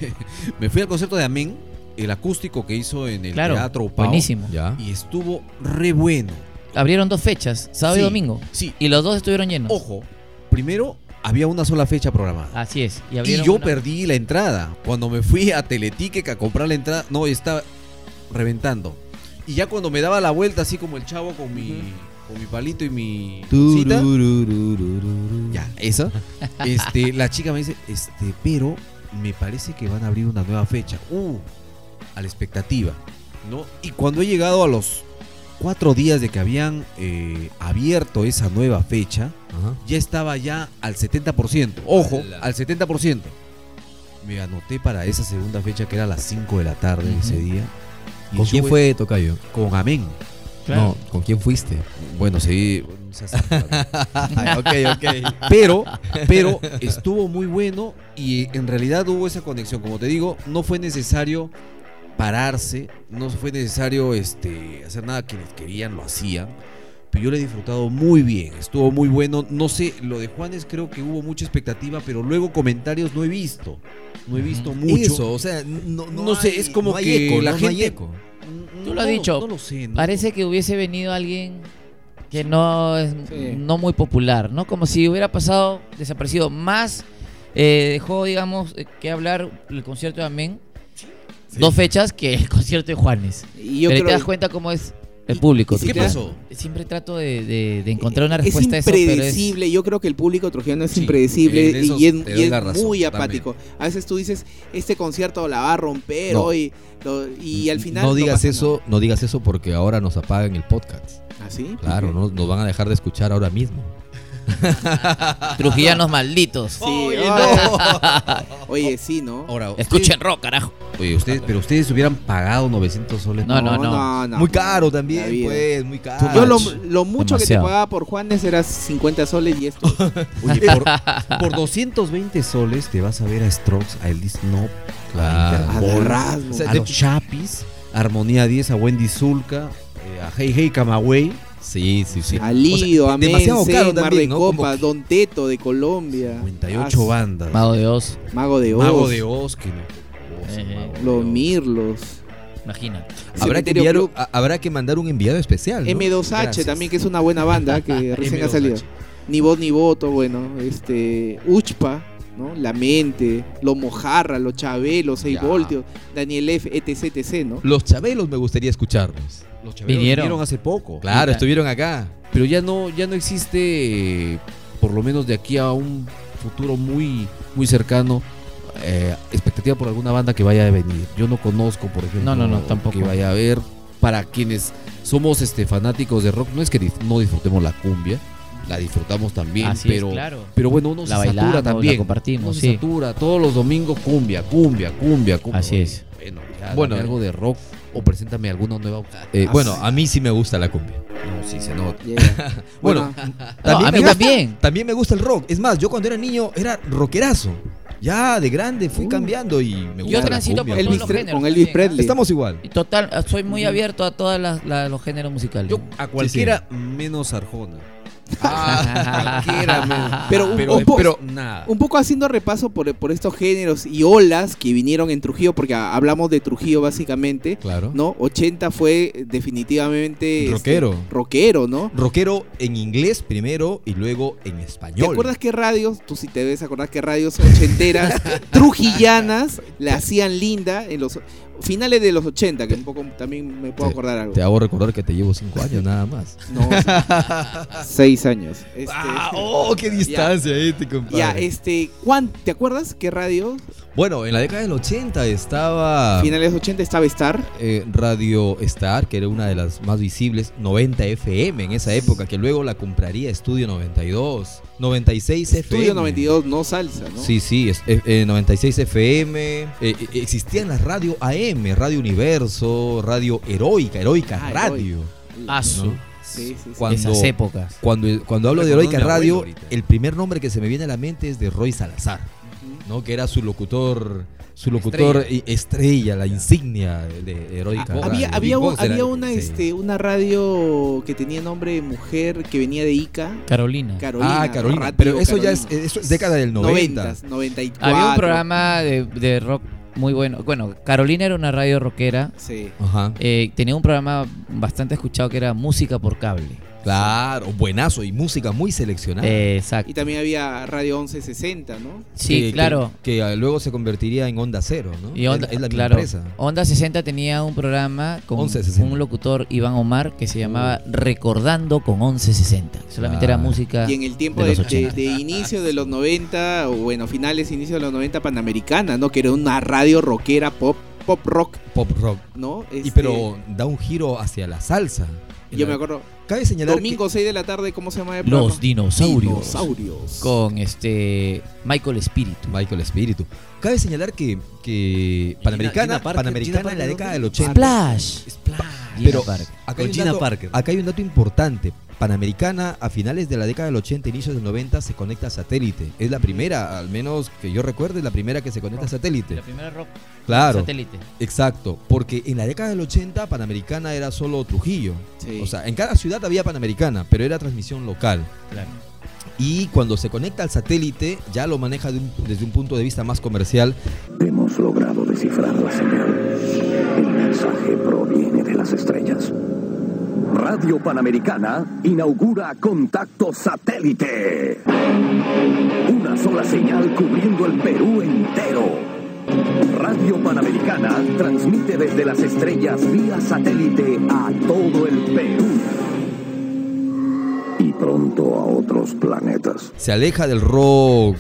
C: me fui al concierto de Amén, el acústico que hizo en el
E: claro.
C: Teatro Pau.
E: buenísimo.
D: Ya.
C: Y estuvo re bueno.
E: Abrieron dos fechas, sábado
C: Sí, Oh.
E: y domingo.
C: Sí,
E: Y los dos estuvieron llenos.
C: ojo, primero había una sola fecha programada.
E: Así es. Ah, Y,
C: Y
E: abrieron
C: yo
E: una-
C: perdí la entrada. Cuando me fui a Teleticket a comprar la entrada, no, estaba reventando. Y ya cuando me daba la vuelta, así como el chavo con mi, con mi palito y mi cita,
D: Tururururururu.
C: ya, eso, este, la chica me dice, este, pero me parece que van a abrir una nueva fecha. Uh, a la expectativa, ¿no? Y cuando he llegado a los cuatro días de que habían eh, abierto esa nueva fecha,
D: Ajá.
C: ya estaba ya al 70%. Ojo,
D: Ala.
C: al 70%. Me anoté para esa segunda fecha que era a las 5 de la tarde ese día. Y
D: ¿Con
C: el
D: quién
C: show
D: fue Tocayo?
C: es- Con Amén.
E: Claro.
D: No, ¿con quién fuiste?
C: Bueno, sí. se hace-
D: ok, ok.
C: Pero, pero estuvo muy bueno y en realidad hubo esa conexión. Como te digo, no fue necesario pararse, no fue necesario este, hacer nada. Quienes querían lo hacían. Pero yo lo he disfrutado muy bien, estuvo muy bueno. No sé, lo de Juanes creo que hubo mucha expectativa, pero luego comentarios no he visto. No he visto mucho.
D: Eso, o sea, no, no
C: No sé,
D: hay-
C: es como
D: no hay
C: que
D: eco,
C: la
D: no, no hay
C: gente- "Ah,
D: eco.
C: Mm,
E: Tú lo has
C: no,
E: dicho.
C: No lo sé. no-
E: Parece que hubiese venido alguien que no es
B: Sí.
E: no muy popular, ¿no? Como si hubiera pasado desaparecido más. eh, dejó, digamos, eh, que hablar el concierto de Amén. Dos fechas que el concierto de Juanes.
B: Y yo
E: Pero te
B: creo-
E: das cuenta cómo es
B: Y-
E: el público.
B: y si
E: ¿tú
B: te
E: crees?
B: das-
D: pasó?
E: Siempre trato de, de- de encontrar una
B: es
E: respuesta a eso, pero es-
B: impredecible. Yo creo que el público trojano es
C: Sí,
B: impredecible
C: en eso
B: y es,
C: te
B: y
C: doy
B: es
C: la razón
B: muy
C: también.
B: apático. A veces tú dices, este concierto la va a romper
D: No.
B: hoy. lo- y al final.
D: no digas
B: pasa
D: eso, no digas eso porque ahora nos apagan el podcast.
B: nada. ¿Ah, sí?
D: Claro, no, nos van a dejar de escuchar ahora mismo.
E: Trujillanos malditos.
B: Sí, oye, oye, sí, ¿no?
D: Ahora,
E: Escuchen rock, carajo.
C: Oye, eh, ustedes, pero ustedes hubieran pagado 900 soles.
E: No, no, no.
D: muy caro también,
B: La vida.
D: pues, muy caro.
B: Yo lo, lo mucho que
E: Demasiado.
B: te pagaba por Juanes era 50 soles y esto.
C: Oye, por, por 220 soles te vas a ver a Strokes, a Elis No,
D: Claro.
C: a
B: A
C: Interpol,
B: rasgo.
D: O sea,
C: a los Chapis, a Armonía 10, a Wendy Zulka, eh, a Hey Hey Camagüey.
D: Sí, sí, sí.
B: A Lido, a
D: eh, demasiado
B: Mense,
D: caro
B: Mar
D: también,
B: de
D: ¿no? Como
B: Copas,
D: que-
B: Don Teto de Colombia.
C: 58
B: As-
C: bandas.
E: Mago de Oz,
B: Mago de Oz.
C: Mago de Oz, que no. Oz,
E: Ejé.
C: Mago de
B: Los
C: Oz.
B: Mirlos.
E: imagina.
D: Habrá que,
B: Cementerio
D: enviar-
B: Club.
D: a- habrá que mandar un enviado especial. ¿no?
B: M2H
C: Gracias.
B: también, que es una buena banda que recién ha
C: M2H.
B: salido. Ni voz ni voto, bueno, este, Uchpa, ¿no? La Mente, Lo Mojarra, Lo Chabelo, 6
D: Ya.
B: Voltios, Daniel F, etc, etc, ¿no?
D: Los Chabelos me gustaría escucharlos.
C: Los chaveros
E: Vinieron.
C: vinieron. hace poco.
D: Claro,
E: Ya.
D: estuvieron acá.
C: Pero ya no, ya no existe, eh, por lo menos de aquí a un futuro muy, muy cercano, eh, expectativa por alguna banda que vaya a venir. Yo no conozco, por ejemplo,
E: No, no, no, tampoco.
C: que vaya a haber. Para quienes somos este, fanáticos de rock, no es que dif- no disfrutemos la cumbia, la disfrutamos también,
E: Así
C: pero...
E: es, claro.
C: Pero bueno, uno
E: La
C: se
E: bailamos,
C: satura
E: la
C: también.
E: compartimos,
C: Uno se
E: sí.
C: satura todos los domingos cumbia, cumbia, cumbia, cumbia.
E: Así
C: Oye,
E: es. eh,
C: Bueno, ya
D: Bueno,
C: bueno, algo de rock o preséntame alguna nueva.
D: Eh,
B: Ah,
D: bueno,
B: sí.
D: a mí sí me gusta la cumbia.
C: No, sí se nota.
B: Yeah.
D: Bueno,
E: No, a mí
D: me gusta-
E: también.
D: También me gusta el rock. Es más, yo cuando era niño era rockerazo. Ya de grande fui cambiando y me gusta. la
E: Uh. transito por
D: cumbia,
E: todos
D: pues.
B: Elvis
E: los
B: Pre-
E: géneros
B: con Elvis
E: también, ¿ah?
B: Presley.
D: Estamos igual.
E: Y Total, soy muy abierto a todos los géneros musicales.
C: Yo a cualquiera menos Arjona. cualquiera menos.
B: Pero un-
C: Pero,
B: un po-
C: pero nada.
B: Un poco haciendo repaso por, por estos géneros y olas que vinieron en Trujillo, porque a- hablamos de Trujillo básicamente,
D: Claro.
B: ¿no? 80 fue eh, definitivamente... este,
D: Rockero.
B: rockero, ¿no?
D: Rockero en inglés primero y luego en
B: ¿Te
D: español.
B: acuerdas qué radios, tú si te ves acordar qué radios ochenteras, trujillanas, la hacían linda en los finales de los 80, que un poco también me puedo acordar algo.
D: Te hago recordar que te llevo cinco años nada más.
B: No, sí. seis años. Este,
D: Ah, oh, qué distancia, eh, te compadre.
B: ya, este, Juan, ¿te acuerdas qué radio?
D: Bueno, en la década del 80 estaba
B: Finales 80 estaba Star.
D: eh, Radio Star, que era una de las más visibles, 90 FM en esa época, que luego la compraría Estudio 92, 96 FM.
B: Estudio 92, no salsa, ¿no?
D: Sí, sí, es, eh, eh, 96 FM. eh, eh, existían las radio AM, Radio Universo, Radio Heroica, Heroica
B: Ah,
D: Radio.
E: Asu.
B: Sí, sí, sí.
D: Cuando,
E: Esas épocas.
D: cuando, cuando hablo de
C: Recordó
D: Heroica
C: a mi abuelo
D: Radio,
C: ahorita.
D: el primer nombre que se me viene a la mente es de Roy Salazar.
B: Ujú.
D: ¿no? Que era su locutor, su locutor i- estrella, la insignia de Heroica.
B: Ah,
D: Radio.
B: había
D: Big
B: había,
D: Boss
B: había
D: era-
B: una,
D: sí.
B: este, una radio que tenía nombre de mujer que venía de Ica.
E: Carolina.
B: Carolina.
D: Ah, Carolina.
B: Radio
D: pero eso ya es,
B: Carolina.
D: eso es década del 90.
B: 94.
E: Había un programa de, de rock muy bueno. Bueno, Carolina era una radio rockera.
B: Sí.
D: Ajá.
E: Eh, tenía un programa bastante escuchado que era Música por Cable.
D: Claro, buenazo y música muy seleccionada.
E: Eh, exacto.
B: Y también había Radio 1160, ¿no?
E: Sí,
C: Eh,
D: Que- que-
E: claro.
D: Que, ah, luego se convertiría en Onda Cero, ¿no?
E: Y Onda,
D: es, es la misma
E: claro,
D: empresa.
E: Onda 60 tenía un programa con
D: 1160.
E: un locutor Iván Omar que se llamaba Recordando con 1160. Solamente era
D: Ah.
E: música.
B: Y en el tiempo
E: de
B: de,
E: los
B: de-
E: 80.
B: de inicio de los 90, o bueno, finales, inicio de los 90, Panamericana, ¿no? Que era una radio rockera pop pop rock,
C: pop rock.
B: ¿no?
C: Y
B: Este,
C: pero da un giro hacia la salsa.
B: Yo me acuerdo.
C: Cabe señalar
B: Domingo 6 de la tarde, ¿cómo se llama el programa?
E: Los dinosaurios.
B: Dinosaurios.
E: Con este Michael Espíritu.
C: que Michael Espíritu. Cabe señalar que, que Panamericana,
D: Gina Parker,
C: Panamericana
D: Gina
C: en la
D: Parker,
C: década
D: ¿dónde?
C: del 80.
E: Splash. Gina
C: Pero
E: Parker.
C: acá
D: Con
C: hay, un
D: Gina
C: dato,
D: Parker.
C: acá hay un dato importante. Panamericana a finales de la década del 80, inicios del 90 se conecta a satélite. Es la primera, al menos que yo recuerde, es la primera que se conecta a satélite.
E: La primera rock
C: Claro,
E: satélite.
C: exacto. Porque en la década del 80 Panamericana era solo Trujillo.
B: Sí.
C: O sea, en cada ciudad había Panamericana, pero era transmisión local.
E: Claro.
C: Y cuando se conecta al satélite, ya lo maneja de un- desde un punto de vista más comercial.
H: Hemos logrado descifrar la señal. El mensaje proviene de las estrellas. Radio Panamericana inaugura contacto satélite. Una sola señal cubriendo el Perú entero. Radio Panamericana transmite desde las estrellas vía satélite a todo el Perú. Y pronto a otros planetas.
C: se aleja del rock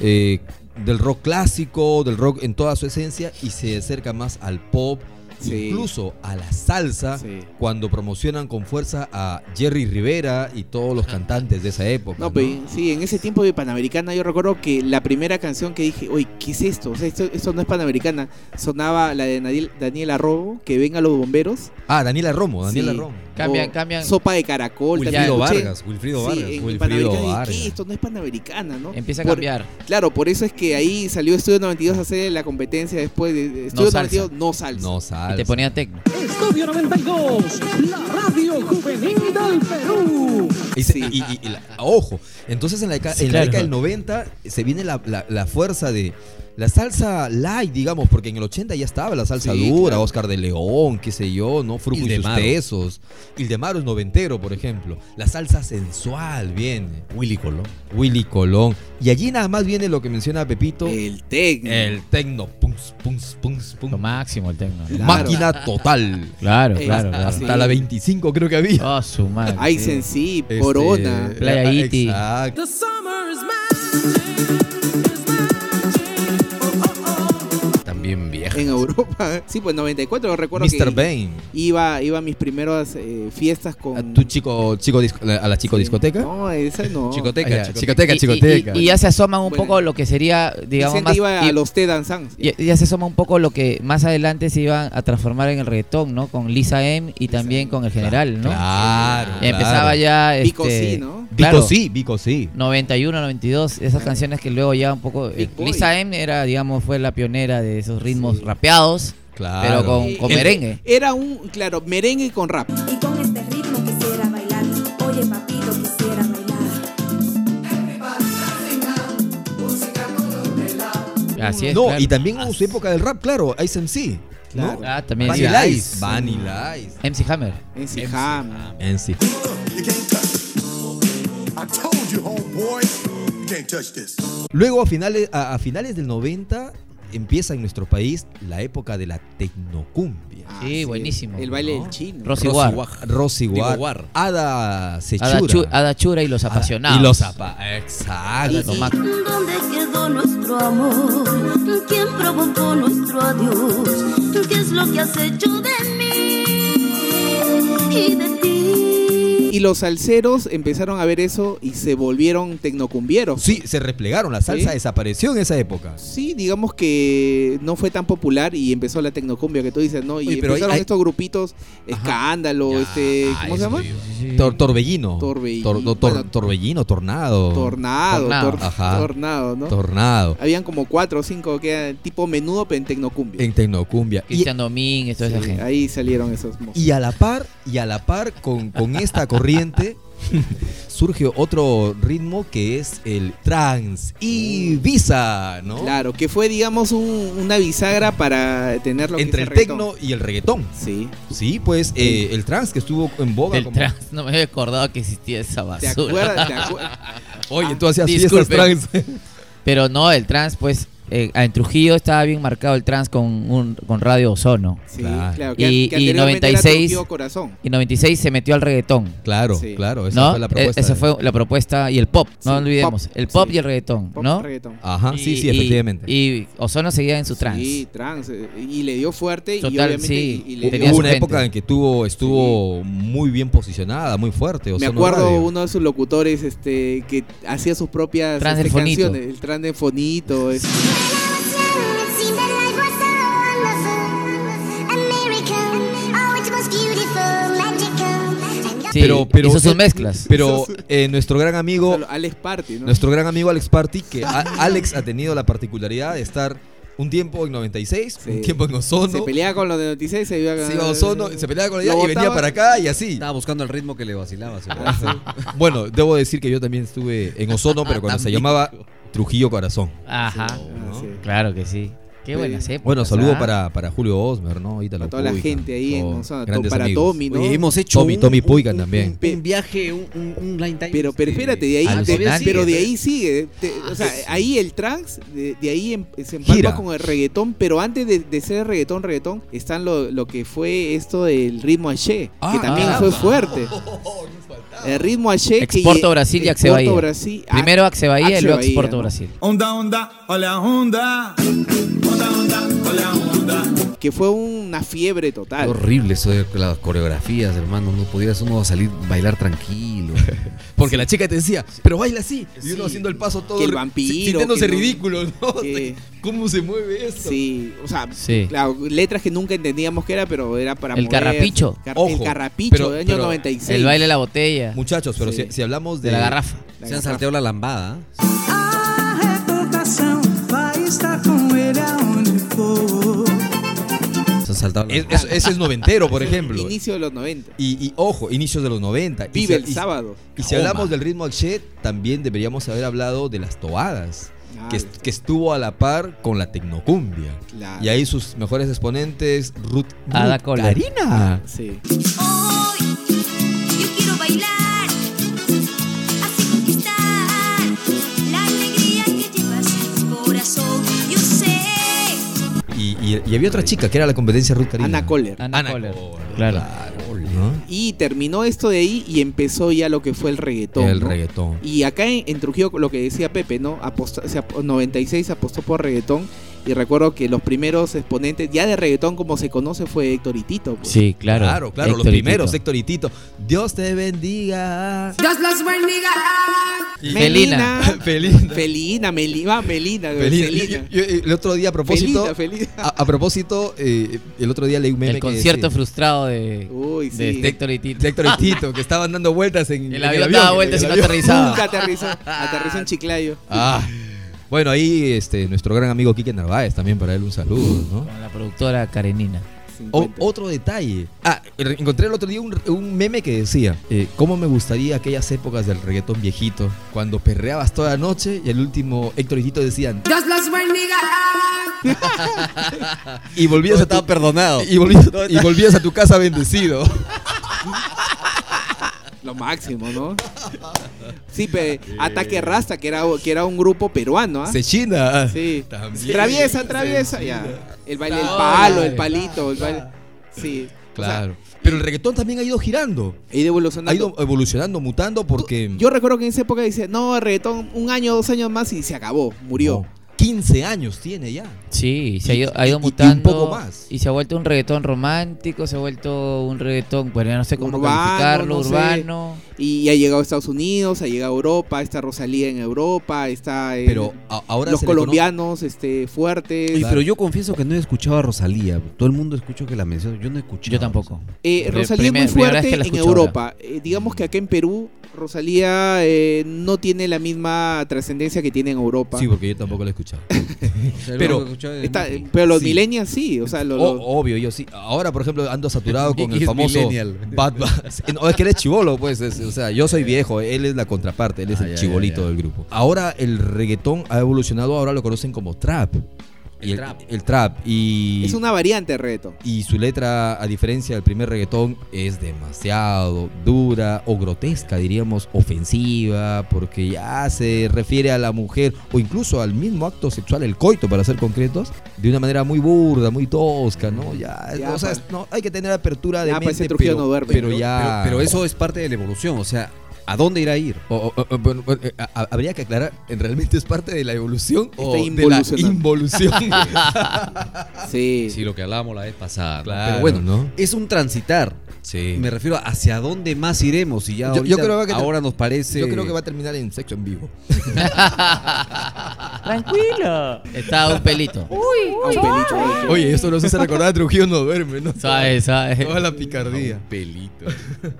C: eh, del rock clásico, del rock en toda su esencia y se acerca más al pop,
B: Sí.
C: incluso a la salsa,
B: Sí.
C: cuando promocionan con fuerza a Jerry Rivera y todos los cantantes de esa época.
B: No,
C: ¿no?
B: pues, sí, en ese tiempo de Panamericana yo recuerdo que la primera canción que dije, oye, ¿qué es esto? O sea, esto, esto no es Panamericana. Sonaba la de Daniel, Daniela Robo, que vengan los bomberos.
C: Ah, Daniela Romo, Daniela
B: Sí.
C: Romo.
E: Cambian,
B: O
E: cambian.
B: Sopa de caracol. también
C: Wilfrido
B: escuché.
C: Vargas, Wilfrido
B: Sí,
C: Vargas,
B: en
C: Wilfrido
B: Panamericana dije,
C: Vargas.
B: ¿qué? Esto no es Panamericana, ¿no?
E: Empieza a
B: Por-
E: cambiar.
B: Claro, por eso es que ahí salió Estudio 92 a hacer la competencia después de- de Estudio
E: salsa.
B: 92, no salsa.
C: No salsa.
E: Y te ponía tecno.
G: Estudio 92, la radio juvenil del Perú.
C: Y se-
B: Sí.
C: y- y- y la- ojo, entonces en la, deca-
E: Sí,
C: en la
E: claro.
C: década del 90 se viene la, la- la fuerza de la salsa light, digamos, porque en el 80 ya estaba la salsa
B: Sí,
C: dura,
B: claro.
C: Oscar de León, qué sé yo, ¿no? Fruco y sus
D: Ildemaro.
C: tesos. Ildemaro es noventero, por ejemplo. La salsa sensual viene.
D: Willy Colón.
C: Willy Colón. Y allí nada más viene lo que menciona Pepito, el,
B: El tecno.
C: tecno. Punz, punz, punz, punz.
E: Lo máximo el tecno.
B: Claro.
C: Máquina total.
E: Claro,
B: Eh,
E: claro,
B: hasta-
E: claro.
B: Sí.
C: Hasta la 25 creo que había.
E: Ah, su madre.
B: Ice en
E: sí.
B: sí,
C: Este, ah,
B: Corona.
E: Playa Iti.
C: Exacto.
G: The summer is Oh, magic.
D: También vieja.
B: En Europa. Sí, pues 94 recuerdo
C: Mr.
B: que
C: Bane.
B: iba iba a mis primeras eh, fiestas
C: ¿A
B: con
C: tu chico, chico disco- a la chico
B: Sí.
C: discoteca?
B: No, esa no.
C: Chicoteca,
D: Ah, ya,
C: chicoteca,
E: Y- y-
C: chicoteca. Eh,
E: Y, y ya se asoman un
B: Bueno.
E: poco lo que sería, digamos,
B: Vicente
E: más.
B: iba a
E: y-
B: los Ted and Sans.
E: ya, ya se asoma un poco lo que más adelante se iban a transformar en el reggaetón, ¿no? Con Lisa M y también con el general, ¿no?
C: Claro.
E: Y empezaba ya. Este,
B: Vico sí, ¿no?
C: Vico
E: claro,
C: sí, Vico sí.
E: 91, 92, esas canciones que luego ya un poco. eh,
B: Big Boy.
E: Lisa M era, digamos, fue la pionera de esos ritmos rapeados,
C: Claro.
E: pero con, con
B: Eh,
E: merengue.
B: Era un, claro, merengue con rap.
I: Y con este ritmo quisiera bailar. Oye, papito, quisiera bailar.
E: Así es.
C: no,
E: claro.
C: y también hubo su época del rap, claro, Ice MC. ¿no?
E: Ah, también. sí.
C: Vanilla
E: Ice.
C: Ice. Vanilla Ice.
E: MC Hammer.
C: Em,
B: En Sijam.
C: MC.
J: I told you, homeboy, you can't touch this.
C: Luego a finales, a, a finales del 90 empieza en nuestro país la época de la tecnocumbia.
B: Ah,
E: Sí, buenísimo.
B: El baile
E: ¿no?
B: del chino.
E: Rosy War.
C: Rosy
D: Digo,
C: Guar,
D: Guar.
C: Ada Sechura.
E: Ada Chu- Ada Chura y los
C: Ada-
E: apasionados.
C: Y los apa Exacto.
E: Lo más-
I: ¿Dónde quedó nuestro amor? ¿Quién provocó nuestro adiós? ¿Qué es lo que has hecho de mí y de ti?
B: Y los salseros empezaron a ver eso y se volvieron tecnocumbieros.
C: Sí, se replegaron. La salsa
B: Sí.
C: desapareció en esa época.
B: Sí, digamos que no fue tan popular y empezó la tecnocumbia que tú dices, ¿no? Y
C: Oye, pero hay-
B: empezaron
C: hay-
B: estos grupitos, escándalo,
C: Ya,
B: este, ¿cómo
C: eso
B: se llama?
C: te digo. Tor- torbellino.
B: Torbellino.
C: Tor- no, tor-
B: Bueno,
C: torbellino, tornado.
B: Tornado,
E: Tornado.
B: tor-
C: Ajá.
B: tornado, ¿no?
C: tornado.
B: Habían como cuatro o cinco que eran tipo menudo pero en tecnocumbia.
C: En Tecnocumbia. Y,
E: Cristian Domínguez, toda esa
B: Sí,
E: gente.
B: ahí salieron esos mozos.
C: y a la par, y a la par con, con esta corriente surge otro ritmo que es el trans Ibiza, ¿no?
B: Claro, que fue, digamos, un- una bisagra para tener lo que
C: Entre
B: es
C: el
B: reggaetón.
C: tecno y el reggaetón.
B: Sí.
C: Sí, pues eh, el trans que estuvo en boga.
E: Del
C: como-
E: trans, no me había acordado que existía esa
B: ¿Te
E: basura.
B: acuerdas? ¿Te acuerdas?
C: Oye, tú hacías
E: Disculpe.
C: fiestas trans.
E: Pero no, el trans, pues, eh, en Trujillo estaba bien marcado el trans con, un, con Radio Ozono.
B: Sí, claro. que an-
E: y,
B: que
E: y
B: anteriormente era
E: 96,
B: Trujillo Corazón.
E: y 96 se metió al reggaetón.
D: Claro,
B: Sí.
D: claro, Pues esa
E: ¿no?
D: fue la
C: E-,
E: Eh,
D: propuesta.
E: Esa
D: de-
E: fue la propuesta y el pop, no
B: Sí,
E: olvidemos.
B: pop,
E: el pop
B: sí.
E: y el reggaetón,
B: Pop,
E: ¿no?
B: reggaetón.
C: Ah,
D: Ajá,
E: Y-
D: Ah, sí, sí,
E: y-
D: efectivamente.
E: Y Ozono seguía en su trance.
B: Sí, trans. eh, Y le dio fuerte y
E: Total,
B: obviamente
E: sí.
B: y- y
E: Hubo
B: le dio
D: Hubo
E: tenía su
D: una
E: gente.
D: época en que tuvo, estuvo muy bien posicionada, muy fuerte.
B: Me
D: Ozono
B: acuerdo
D: Radio.
B: uno de sus locutores este, que hacía sus propias
E: Trans del
B: este,
E: Fonito.
B: canciones. El trans de fonito. este, es-
I: oh,
D: Ah,
E: Sí, hizo sus mezclas.
D: Pero eh, nuestro gran amigo,
B: Alex Party, ¿no?
D: nuestro gran amigo Alex Party, que a- Alex ha tenido la particularidad de estar un tiempo en 96,
B: Sí.
D: un tiempo en
B: Se
D: Ozono,
B: peleaba con los de 96, se iba a
D: se iba a Ozono, se peleaba con ella y venía para acá y así.
C: Estaba buscando el ritmo que le vacilaba. seguro.
D: Bueno, debo decir que yo también estuve en Ozono, pero cuando se
C: También.
D: llamaba Trujillo Corazón.
E: Ajá,
B: Ah, sí.
E: claro que sí. Qué buenas épocas.
D: Bueno, saludo
E: ¿ah?
D: para, para Julio Osmer, ¿no? Ítalo
B: Para toda la
D: Púbica,
B: gente ahí en
D: todo-
B: Gonzalo, to-
D: grandes
B: para
D: amigos.
B: Tommy, ¿no?
C: Oye, hemos hecho
D: Tommy- Tommy Puigan
C: un-
D: también.
C: un- un viaje, un, un, un line time.
B: Pero, pero
C: Sí.
B: espérate, de ahí, de-
E: Alucinante.
B: pero de ahí sigue. te- o sea, ahí el trans, de, de ahí em- se empalma
D: Gira.
B: con el reggaetón, pero antes de, de ser reggaetón, reggaetón, están lo, lo que fue esto del ritmo H, que también
E: ah,
B: fue
E: ah.
B: fuerte. El ritmo H que...
E: Exporto Brasil y Axe
B: Exporto
E: Bahía.
B: Brasil, ah,
E: Primero Axe Bahía y
B: Axe
E: luego
B: Bahía,
E: Exporto
B: ¿no?
E: Brasil.
K: Onda, onda, hola, onda. Onda, onda, hola, onda.
B: Que fue una fiebre
C: Qué
B: total.
C: horrible eso de las coreografías, hermano. No podías uno salir bailar tranquilo.
D: Porque la chica te decía, pero baila así. Y uno haciendo el paso todo.
B: Que el
D: ri-
B: vampiro,
D: si- Sintiéndose
B: que no-
D: ridículo, ¿no? Este,
B: que-
D: ¿Cómo se mueve eso?
B: Sí, o sea,
E: Sí.
B: claro, letras que nunca entendíamos que era, pero era para
E: El
B: mover.
E: carrapicho.
B: Car-
D: Ojo,
B: el carrapicho
D: pero-
B: del año
D: pero
B: 96.
E: El baile de la botella,
D: Muchachos, pero
B: Sí.
D: si, si hablamos de.
E: de la garrafa.
B: La
C: Se han
B: garrafa.
C: salteado la lambada. ¿eh?
A: A reputação vai estar com ele aonde for.
C: Se han saltado la
D: Es- es- ese es noventero, por ejemplo.
B: Inicio de los 90.
D: Y, y ojo, inicios de los 90. Y si-
B: Vive el
D: y-
B: sábado.
D: Y si
C: Toma.
D: hablamos del ritmo axé, también deberíamos haber hablado de las toadas.
B: Ah,
D: Que, est- que estuvo a la par con la tecnocumbia.
B: Claro.
D: Y ahí sus mejores exponentes, Ruth,
E: Ada Ah.
D: Ruth
E: Cola.
D: Karina.
B: Sí.
I: Hoy yo quiero bailar, así conquistar la alegría que llevas en tu corazón. Yo sé,
D: Y, y- y había otra chica que era la competencia Ruth Karina.
B: Ana Coller.
E: Ana
D: Ana
E: Coller.
D: Coller,
E: Claro.
D: ¿no?
B: Y terminó esto de ahí y empezó ya lo que fue el reggaetón.
D: El
B: ¿no?
D: reggaetón.
B: Y acá en, en Trujillo, lo que decía Pepe, ¿no? Aposta- se ap- 96 apostó por reggaetón. Y recuerdo que los primeros exponentes ya de reggaetón, como se conoce, fue Héctor y Tito. pues.
E: Sí, claro.
D: Claro, claro, los
E: Héctor y
D: primeros,
E: Tito.
D: este, Héctor y Tito. Dios te bendiga.
F: Dios los bendiga.
E: Felina.
D: Felina.
B: Felina, Meli- ah, Melina,
D: Felina.
B: Felina.
D: Y- y- y el otro día, a propósito,
B: Felina, Felina.
D: a, a propósito, eh, el otro día leí un meme
E: El
D: que
E: concierto
D: decía-
E: frustrado de,
B: Uy, sí.
E: de Héctor y Tito.
D: de Héctor y Tito, que estaban dando vueltas en en
E: El avión daba vueltas y
D: el
E: no
D: avión.
C: este
E: aterrizaba.
B: Nunca aterrizó. Aterrizó en Chiclayo.
D: Ah. Bueno, ahí este, nuestro gran amigo Quique Narváez también para él un saludo, ¿no?
E: Con la productora Karenina.
D: O-
C: oh.
B: 50.
D: otro detalle. Ah, re- encontré el otro día un, un meme que decía, eh, ¿cómo me gustaría aquellas épocas del reggaetón viejito? Cuando perreabas toda la noche y el último Héctor y Tito decían,
F: Dios los bendiga.
D: y volvías a tu,
C: perdonado.
D: y volvías, y volvías a tu casa bendecido.
B: Lo máximo, ¿no? Sí, pe- Ataque Rasta, que era, que era un grupo peruano, ¿ah?
D: Sechina. ah,
B: Sí.
D: También.
B: Traviesa, traviesa. Ya. El baile del palo, el palito, el baile. Sí.
D: Claro. Pero el reggaetón también ha ido girando.
B: He ido evolucionando.
D: Ha ido evolucionando, mutando porque...
B: Yo recuerdo que en esa época dice, no, el reggaetón, un año, dos años más y se acabó, murió.
D: No, 15 Oh, años tiene ya.
E: Sí, se ha ido, ha
D: Y- y- y
E: ido
D: un
E: mutando.
D: poco más.
E: Y se ha vuelto un reggaetón romántico, se ha vuelto un reggaetón, bueno, ya no sé cómo
B: Urbano,
E: calificarlo,
B: no sé.
E: urbano.
B: Y ha llegado a Estados Unidos, ha llegado a Europa, está Rosalía en Europa, está el-
D: Pero a- ahora
B: los
D: se le conoce-
B: colombianos este, fuertes.
E: eh,
C: Oye, pero yo confieso que no he escuchado a Rosalía. Todo el mundo escuchó que la mencionó. Yo no he escuchado.
E: Yo tampoco.
B: Eh,
E: Re-
B: Rosalía
E: primer-
B: es muy
E: primera vez
B: fuerte
E: que la
B: en
E: escucho ahora.
B: Europa. Eh, digamos que acá en Perú, Rosalía eh, no tiene la misma trascendencia que tiene en Europa.
D: Sí, porque yo tampoco lo he escuchado.
C: O sea, lo único
D: Pero- eh,
C: que he escuchado es
B: Está-
C: Nicki.
B: pero los
D: Sí.
B: millennials sí, o sea, lo-
D: O-
B: lo-
D: obvio, yo sí. Ahora, por ejemplo, ando saturado con
C: Nicky
D: el
C: es
D: famoso
C: millennial.
D: Bad Bunny. No, es que él es chivolo, pues. es- o sea, yo soy viejo, él es la contraparte, él es
C: Ah,
D: el
C: ya,
D: chibolito
C: ya, ya.
D: del grupo. Ahora el reggaetón ha evolucionado, ahora lo conocen como trap. y el trap. El trap. Y,
B: Es una variante de reto.
D: y su letra, a diferencia del primer reggaetón, es demasiado dura o grotesca, diríamos, ofensiva, porque ya se refiere a la mujer o incluso al mismo acto sexual, el coito, para ser concretos, de una manera muy burda, muy tosca, ¿no? Ya,
B: Ya,
D: o sea,
B: pa-
D: es- no, hay que tener apertura de
B: Ya, pa' ese
D: mente,
B: Trujillo
D: pero,
B: no duerme.
D: pero ya...
C: Pero, pero eso es parte de la evolución, o sea, ¿a dónde irá a ir?
D: O- o- o- bueno, bueno, eh, a- a- habría que aclarar, ¿en ¿realmente es parte de la evolución o
B: Está
D: de la
B: involucionando.
D: involución?
B: Sí.
C: Sí, lo que hablábamos la vez pasada. ¿no?
D: Claro,
C: Pero bueno,
D: ¿no?
C: es un transitar.
D: sí.
C: Me refiero a hacia dónde más iremos y ya
D: Yo- yo
C: ahorita-
D: creo que te-
C: ahora nos parece
D: Yo creo que va a terminar en sexo en vivo.
E: Tranquilo. Está un pelito.
B: Ah, un pelito, oye.
D: Oye, esto nos hace recordar a Trujillo no duerme, ¿no?
E: Sabe, sabe.
D: Toda la picardía.
C: pelito.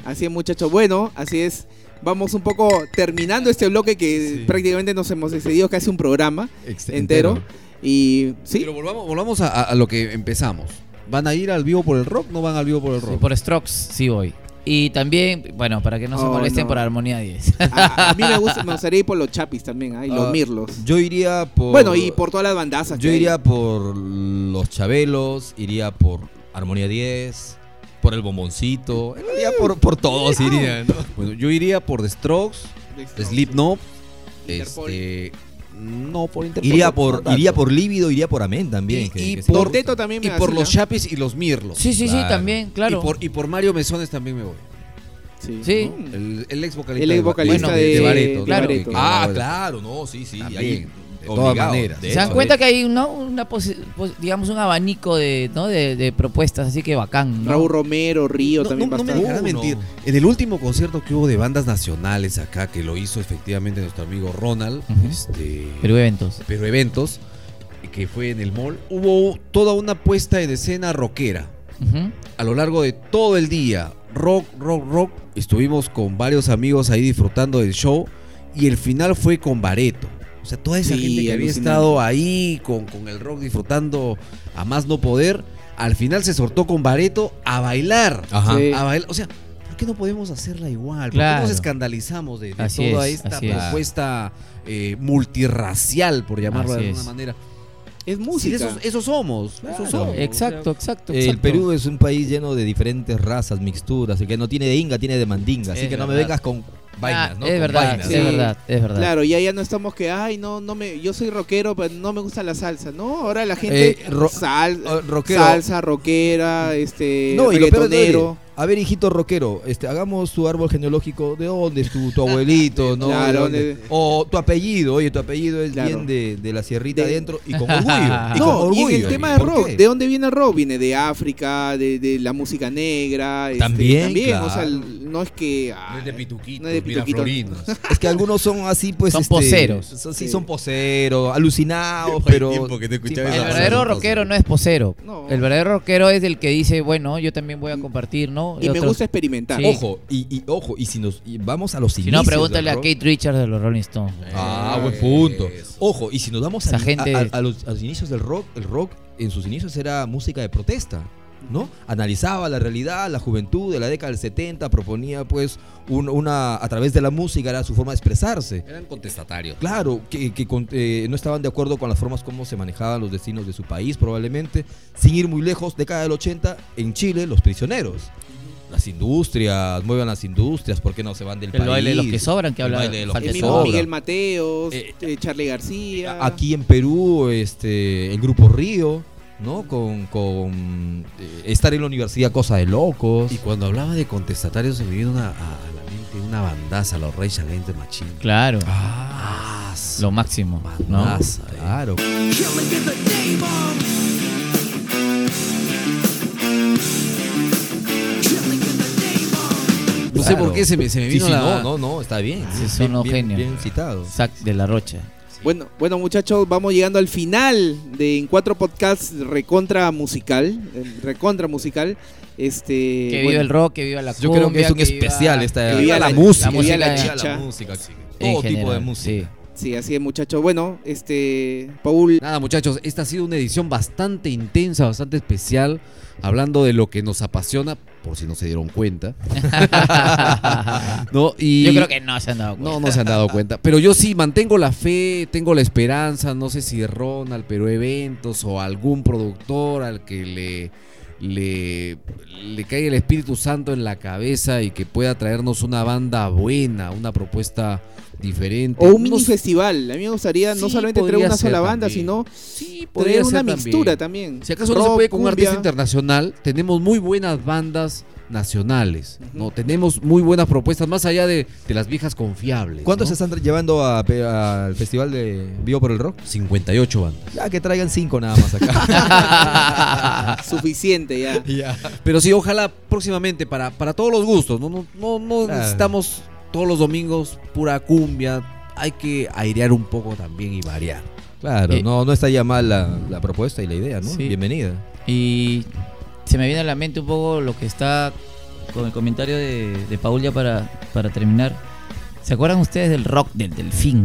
B: Así es, muchachos. Bueno, así es. Vamos un poco terminando este bloque que prácticamente nos hemos excedido casi un programa
D: Ex-
B: entero. Y sí,
C: Pero volvamos, volvamos a, a- a lo que empezamos. ¿Van a ir al vivo por el rock? ¿No van al vivo por el rock?
E: Sí, por Strokes sí voy. Y también, bueno, para que no se
B: Oh,
E: molesten
B: no.
E: por Armonía 10.
B: a, a mí me, gusta, me gustaría ir por los chapis también, ah, y los
D: Ah,
B: mirlos.
D: Yo iría por.
B: Bueno, y por todas las bandazas.
D: Yo
B: que hay.
D: iría por los Chabelos, iría por Armonía 10, por el Bomboncito. En realidad, por, por todos iría, ¿no?
C: Bueno, yo iría por The Strokes, Slipknot,
B: Interpol.
C: este, no por Interpol.
D: Iría
C: no
D: por,
C: tanto.
D: iría por Lívido, iría por Amén también.
C: Y-
D: que-
C: y
D: que-
C: por-
B: Teto también me
C: y por
B: vacila.
C: los Chapis y los Mirlos.
E: Sí, sí,
D: Claro.
E: sí, también, claro.
C: Y por, y por Mario Mesones también me voy.
B: Sí.
E: Sí.
B: Mm.
C: El, el ex vocalista.
B: El ex
C: de-
B: vocalista
C: bueno,
B: de-
C: Bareto,
E: de Bareto.
C: que- que-
D: Ah, claro, no, sí, sí.
C: También,
D: ahí,
C: de
D: obligado,
C: todas maneras.
D: de
E: ¿Se dan
D: hecho.
E: cuenta que hay ¿no? una posi- pos- digamos un abanico de, ¿no? de, de propuestas, así que bacán. ¿no?
B: Raúl Romero, Río
C: No,
B: también
C: no, no me
B: bastante.
C: dejarán mentir. En el último concierto que hubo de bandas nacionales acá, que lo hizo efectivamente nuestro amigo Ronald,
E: Ujú.
C: este,
E: Perú Eventos.
C: pero eventos, que fue en el mall, hubo toda una puesta en escena rockera.
E: Ujú.
C: A lo largo de todo el día, rock, rock, rock, estuvimos con varios amigos ahí disfrutando del show y el final fue con Bareto. O sea, toda esa
B: Sí,
C: gente que había
B: alucinante.
C: estado ahí con, con el rock disfrutando a más no poder, al final se sortó con Bareto a bailar.
D: Ajá.
B: Sí.
C: A bailar. O sea, ¿por qué no podemos hacerla igual? ¿Por qué
E: Claro.
C: nos escandalizamos de, de
E: Así
C: toda
E: es,
C: esta
E: así es.
C: propuesta eh, multirracial, por llamarlo
E: Así
C: de alguna
E: es.
C: manera?
B: Es
C: Sí,
B: música.
C: esos, esos somos. Esos
D: Claro.
C: somos.
E: Exacto, exacto,
D: El
E: exacto.
D: Perú es un país lleno de diferentes razas, mixturas. El que no tiene de inga tiene de mandinga. Así
E: Es
D: que no me
E: verdad.
D: vengas con
E: Ah,
D: vainas, ¿no?
E: es
D: Con
E: verdad,
D: vainas.
E: es
B: sí.
E: verdad, es verdad.
B: Claro, ya ya no estamos que, ay, no, no me, yo soy rockero, pero no me gusta la salsa, ¿no. Ahora la gente
D: Eh, ro-
B: sal-
D: eh, rockero.
B: salsa, rockera, este,
D: No, y lo peor de todo
B: reggaetonero.
D: es, A ver, hijito rockero, este, hagamos tu árbol genealógico. ¿De dónde es tu, tu abuelito? ¿no?
B: Claro,
D: ¿De dónde?
B: de-
D: O tu apellido. Oye, tu apellido es
B: Claro.
D: bien de, de la sierrita
B: De-
D: adentro y con orgullo. y con
B: No, y en
D: orgullo.
B: el tema de
D: ¿Por
B: rock,
D: qué?
B: ¿de dónde viene el rock? Viene de África, de, de la música negra. este,
D: También,
B: también o sea,
D: claro.
B: el- no es que.
C: No
B: ay,
C: es de pituquitos,
B: no es de pituquitos.
C: miraflorinos.
D: Es que algunos son así, pues.
E: Son
D: este,
E: poseros.
D: son- sí,
B: Sí.
D: son poseros, alucinados, pero. escuchaba
E: El
D: esa
E: verdadero rockero no es posero.
B: No.
E: El verdadero rockero es el que dice, bueno, yo también voy a compartir, ¿no?
B: Y me
E: otros-
B: gusta experimentar.
E: Sí.
D: Ojo, y, y ojo, y si nos y vamos a los
E: Si
D: inicios
E: no, pregúntale
D: del
E: a
D: rock.
E: Kate Richards de los Rolling Stones.
D: Ah, buen punto.
C: Eso.
D: Ojo, y si nos damos
E: Esa
D: a,
E: gente-
D: a- a los, a los inicios del rock, el rock en sus inicios era música de protesta, ¿no? Analizaba la realidad, la juventud de la década del 70, proponía pues un- una, a través de la música era su forma de expresarse.
C: Eran contestatarios.
D: Claro, que, que con- eh, no estaban de acuerdo con las formas como se manejaban los destinos de su país, probablemente. Sin ir muy lejos, década del 80, en Chile, los prisioneros. Las industrias, muevan las industrias, ¿por qué no se van del
E: El
D: país?
E: baile de los que sobran, que
D: El
E: habla
D: baile de los
E: falta
B: El
D: que
E: de
B: mismo
E: sobra.
B: Miguel Mateos,
D: Eh,
B: eh, Charly García.
D: Aquí en Perú, este, el grupo Río, ¿no? Con, con, eh, estar en la universidad, cosa de locos.
C: Y cuando hablaba de contestatarios se me vino una- a, a la mente una bandaza, los Reyes Against the Machine.
E: Claro,
C: Ah, s-
E: lo máximo.
D: ah,
E: ¿no?
C: bandaza, eh.
D: Claro.
A: Killing in the name of. Killing in the name of.
C: No sé
D: claro.
C: por qué se me, se me
D: Sí,
C: vino
D: sí,
C: la...
D: no, no, no, está bien.
E: Sí,
D: ah, Bien-
E: son los
D: bien-
E: genios.
D: Bien citado.
E: Zac de la Rocha.
B: Bueno, bueno muchachos, vamos llegando al final de En Cuatro Podcasts Recontra Musical. eh, Recontra Musical. Este,
E: Que
B: bueno,
E: viva el rock, que viva la
D: Yo creo que es un
E: cumbia, viva-
D: especial esta
B: que viva
D: la,
B: la-
D: música,
E: la música
D: que viva
E: de-
B: chicha.
D: música,
E: en
D: todo tipo de
E: general,
D: música.
B: Sí, así es muchachos. Bueno, este, Paul,
C: Nada, muchachos, esta ha sido una edición bastante intensa, bastante especial, hablando de lo que nos apasiona. por si no se dieron cuenta. ¿No? Y
E: Yo creo que no se han dado cuenta.
C: No, no se han dado cuenta. Pero yo sí mantengo la fe, tengo la esperanza, no sé si Ronald, pero eventos o algún productor al que le, le, le caiga el Espíritu Santo en la cabeza y que pueda traernos una banda buena, una propuesta diferente.
B: O un
C: No
B: mini
C: sé,
B: festival. A mí me gustaría no
C: Sí,
B: solamente traer
C: podría
B: una
C: ser
B: sola banda,
C: también.
B: sino
C: sí, podría
B: traer
C: ser
B: una
C: también.
B: mixtura también.
C: Si acaso no se
B: Rock,
C: puede con un artista
B: cumbia.
C: internacional, tenemos muy buenas bandas nacionales, ¿no? Tenemos muy buenas propuestas, más allá de, de las viejas confiables.
D: ¿Cuántos
C: ¿no?
D: se están tra- llevando a pe- al festival de Vivo por el Rock?
C: 58 bandas.
D: Ya que traigan cinco nada más acá.
B: Suficiente ya.
D: Ya.
C: Pero sí, ojalá próximamente para, para todos los gustos. No, no, no, no
D: Claro.
C: necesitamos todos los domingos pura cumbia. Hay que airear un poco también y variar.
D: Claro,
E: Eh,
D: no, no está ya mal la, la propuesta y la idea, ¿no?
E: Sí.
D: Bienvenida.
E: Y se me viene a la mente un poco lo que está con el comentario de, de Paul ya para, para terminar. ¿Se acuerdan ustedes del rock del delfín?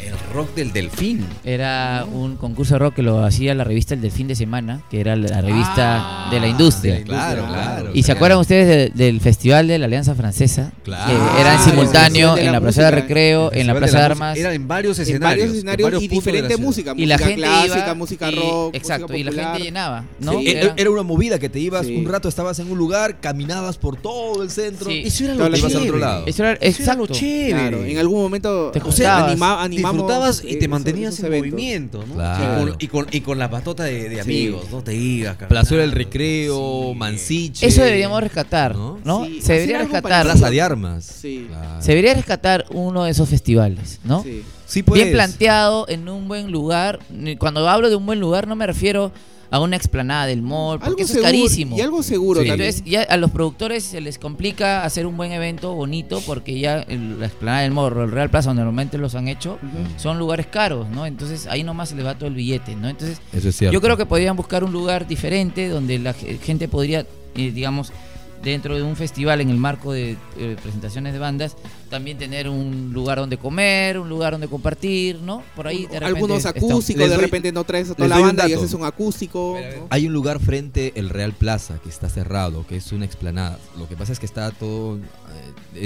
C: El rock del delfín.
E: Era un concurso de rock que lo hacía la revista El Delfín de Semana, que era la revista
C: Ah,
E: de la industria.
D: Sí, claro, claro.
E: ¿Y se acuerdan ustedes de- del Festival de la Alianza Francesa?
D: Claro.
E: Que era en
B: Ah,
E: simultáneo
B: el Festival de
E: en
B: la
E: la Plaza de
B: Música.
E: Recreo, en la Plaza de Armas.
C: Era en varios
B: En
C: escenarios.
B: varios
C: en
B: escenarios
C: varios
B: y
C: puntos de la
B: diferente
C: ciudad.
B: música.
E: Y la
B: música
E: gente
B: clásica,
E: iba
B: música
E: y-
B: rock.
E: Exacto,
B: música
E: y la
B: popular.
E: gente llenaba, ¿no?
B: Sí.
D: Era, era una movida que te ibas,
B: Sí.
D: un rato estabas en un lugar, caminabas por todo el centro.
E: Sí.
C: Eso era
B: Todas
C: lo
B: las
D: ibas al
C: chévere.
D: otro lado.
E: Eso era,
C: Eso era lo
E: exacto.
C: chévere.
B: Claro, en algún momento
E: Te
B: eh,
E: juntabas,
B: anima- animamos,
C: Disfrutabas
B: eh,
C: y te
B: esos-
C: mantenías
B: esos
C: en
B: eventos.
C: movimiento, ¿no?
D: Claro.
C: Y, con, y, con, y con la patota de, de amigos, no te digas.
D: Plazuela del
C: del
D: Recreo, Mansiche.
E: Eso deberíamos rescatar,
D: ¿No?
E: ¿no?
B: Sí,
E: Se debería
B: hacer algo
E: rescatar.
B: parecido.
D: Plaza de Armas.
B: Sí.
D: Claro.
E: Se debería rescatar uno de esos festivales, ¿no?
B: Sí.
D: Sí, pues.
E: Bien planteado, en un buen lugar. Ni- Cuando hablo de un buen lugar no me refiero a una explanada del mall, porque eso
B: seguro-
E: es carísimo.
B: Y algo seguro
D: Sí.
B: también.
E: Entonces ya a los productores se les complica hacer un buen evento bonito porque ya el- la explanada del morro, el Real Plaza, donde normalmente los han hecho,
B: Ujú.
E: son lugares caros, ¿no? Entonces ahí nomás se les va todo el billete, ¿no? Entonces
D: Eso es cierto.
E: yo creo que podrían buscar un lugar diferente donde la ge- gente podría, eh, digamos, dentro de un festival, en el marco de eh, presentaciones de bandas, también tener un lugar donde comer, un lugar donde compartir, ¿no? Por ahí de repente
B: Algunos
E: está-
B: acústicos,
D: Les
B: de
D: doy-
B: repente no traes a toda
D: les
B: la
D: doy un
B: banda y
D: dato.
B: haces un acústico. ¿no?
D: Hay un lugar frente el Real Plaza que está cerrado, que es una explanada. Lo que pasa es que está todo. eh,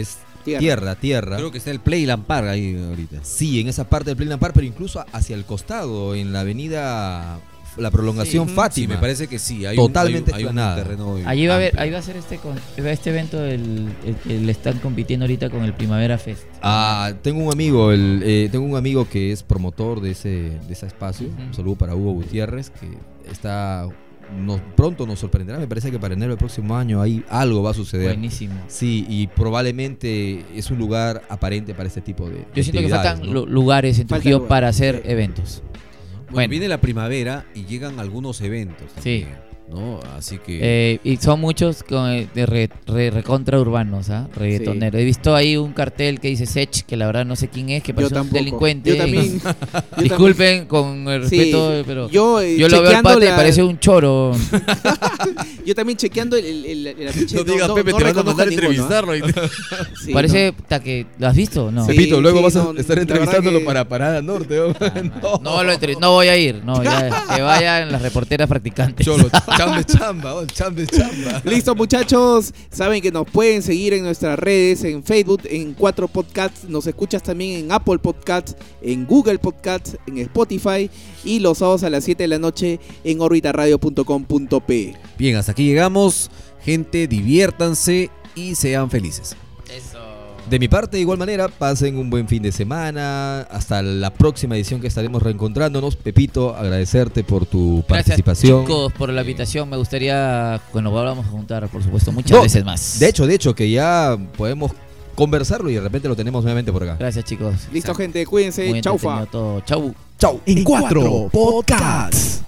D: es
B: Tierra.
D: tierra, tierra.
C: Creo que está el Play Lampard ahí ahorita.
D: Sí, en esa parte del Plain Par, pero incluso hacia el costado, en la avenida. La prolongación
C: Sí,
D: Fátima.
C: me parece que sí. Hay
D: Totalmente
C: un, hay un- hay un
D: explanada.
C: terreno
E: Allí va a, haber,
C: amplio.
E: ahí va a ser este, con- va este evento del, el que le están compitiendo ahorita con el Primavera Fest.
D: Ah, tengo un amigo, el, eh, tengo un amigo que es promotor de ese, de ese espacio.
E: Ujú.
D: Un saludo para Hugo Gutiérrez, que está nos, pronto nos sorprenderá. Me parece que para enero del próximo año ahí algo va a suceder.
E: Buenísimo.
D: Sí, y probablemente es un lugar aparente para este tipo de.
E: Yo siento que
D: actividades,
E: faltan
D: ¿no?
E: lu- lugares en
B: Falta
E: Trujillo
B: lugar.
E: para hacer eventos.
C: Bueno,
E: Bueno.
C: viene la primavera y llegan algunos eventos.
E: Sí.
C: También, ¿No? Así que.
E: Eh, y son muchos con, eh, de re- re- recontra urbanos, ¿ah? Reggaetoneros. He visto ahí un cartel que dice Sech, que la verdad no sé quién es, que
B: Yo
E: parece un
B: tampoco.
E: delincuente.
B: Yo también. yo también-
E: Disculpen con el
B: Sí,
E: respeto, pero
B: yo,
E: yo,
B: eh,
E: lo veo al
B: chequeando
E: pata y
B: la-
E: parece un choro.
B: Yo también chequeando el, el, el, el afiche,
C: No digas,
B: no-
C: Pepe,
B: no
C: te van a
B: reconozco
C: mandar a
B: ninguno, ¿ah?
C: entrevistarlo.
B: Sí,
E: parece ta, que lo has visto, ¿no?
B: Sí.
D: Pepito, luego vas a
B: no,
D: estar
B: la verdad
D: entrevistándolo
B: que-
D: para Parada Norte. ¿no?
E: No, lo entre- no voy a ir, no, ya, que vayan las reporteras practicantes.
D: Cholo, chambe chamba, oh, chambe chamba.
B: Listo, muchachos. Saben que nos pueden seguir en nuestras redes, en Facebook, en Cuatro Podcasts. Nos escuchas también en Apple Podcasts, en Google Podcasts, en Spotify. Y los sábados a las 7 de la noche en orbitaradio.com.pe.
C: Bien, hasta aquí llegamos. Gente, diviértanse y sean felices.
D: De mi parte, de igual manera, pasen un buen fin de semana. Hasta la próxima edición que estaremos reencontrándonos. Pepito, agradecerte por tu
E: Gracias,
D: participación.
E: chicos, por la invitación. Me gustaría que nos volvamos a juntar, por supuesto, muchas
D: No,
E: veces más.
D: De hecho, de hecho, que ya podemos conversarlo y de repente lo tenemos nuevamente por acá.
E: Gracias, chicos.
B: Listo, gente. Cuídense.
E: Muy
B: Chaufa.
E: entretenido todo. Chau.
D: Chau.
A: En cuatro podcasts.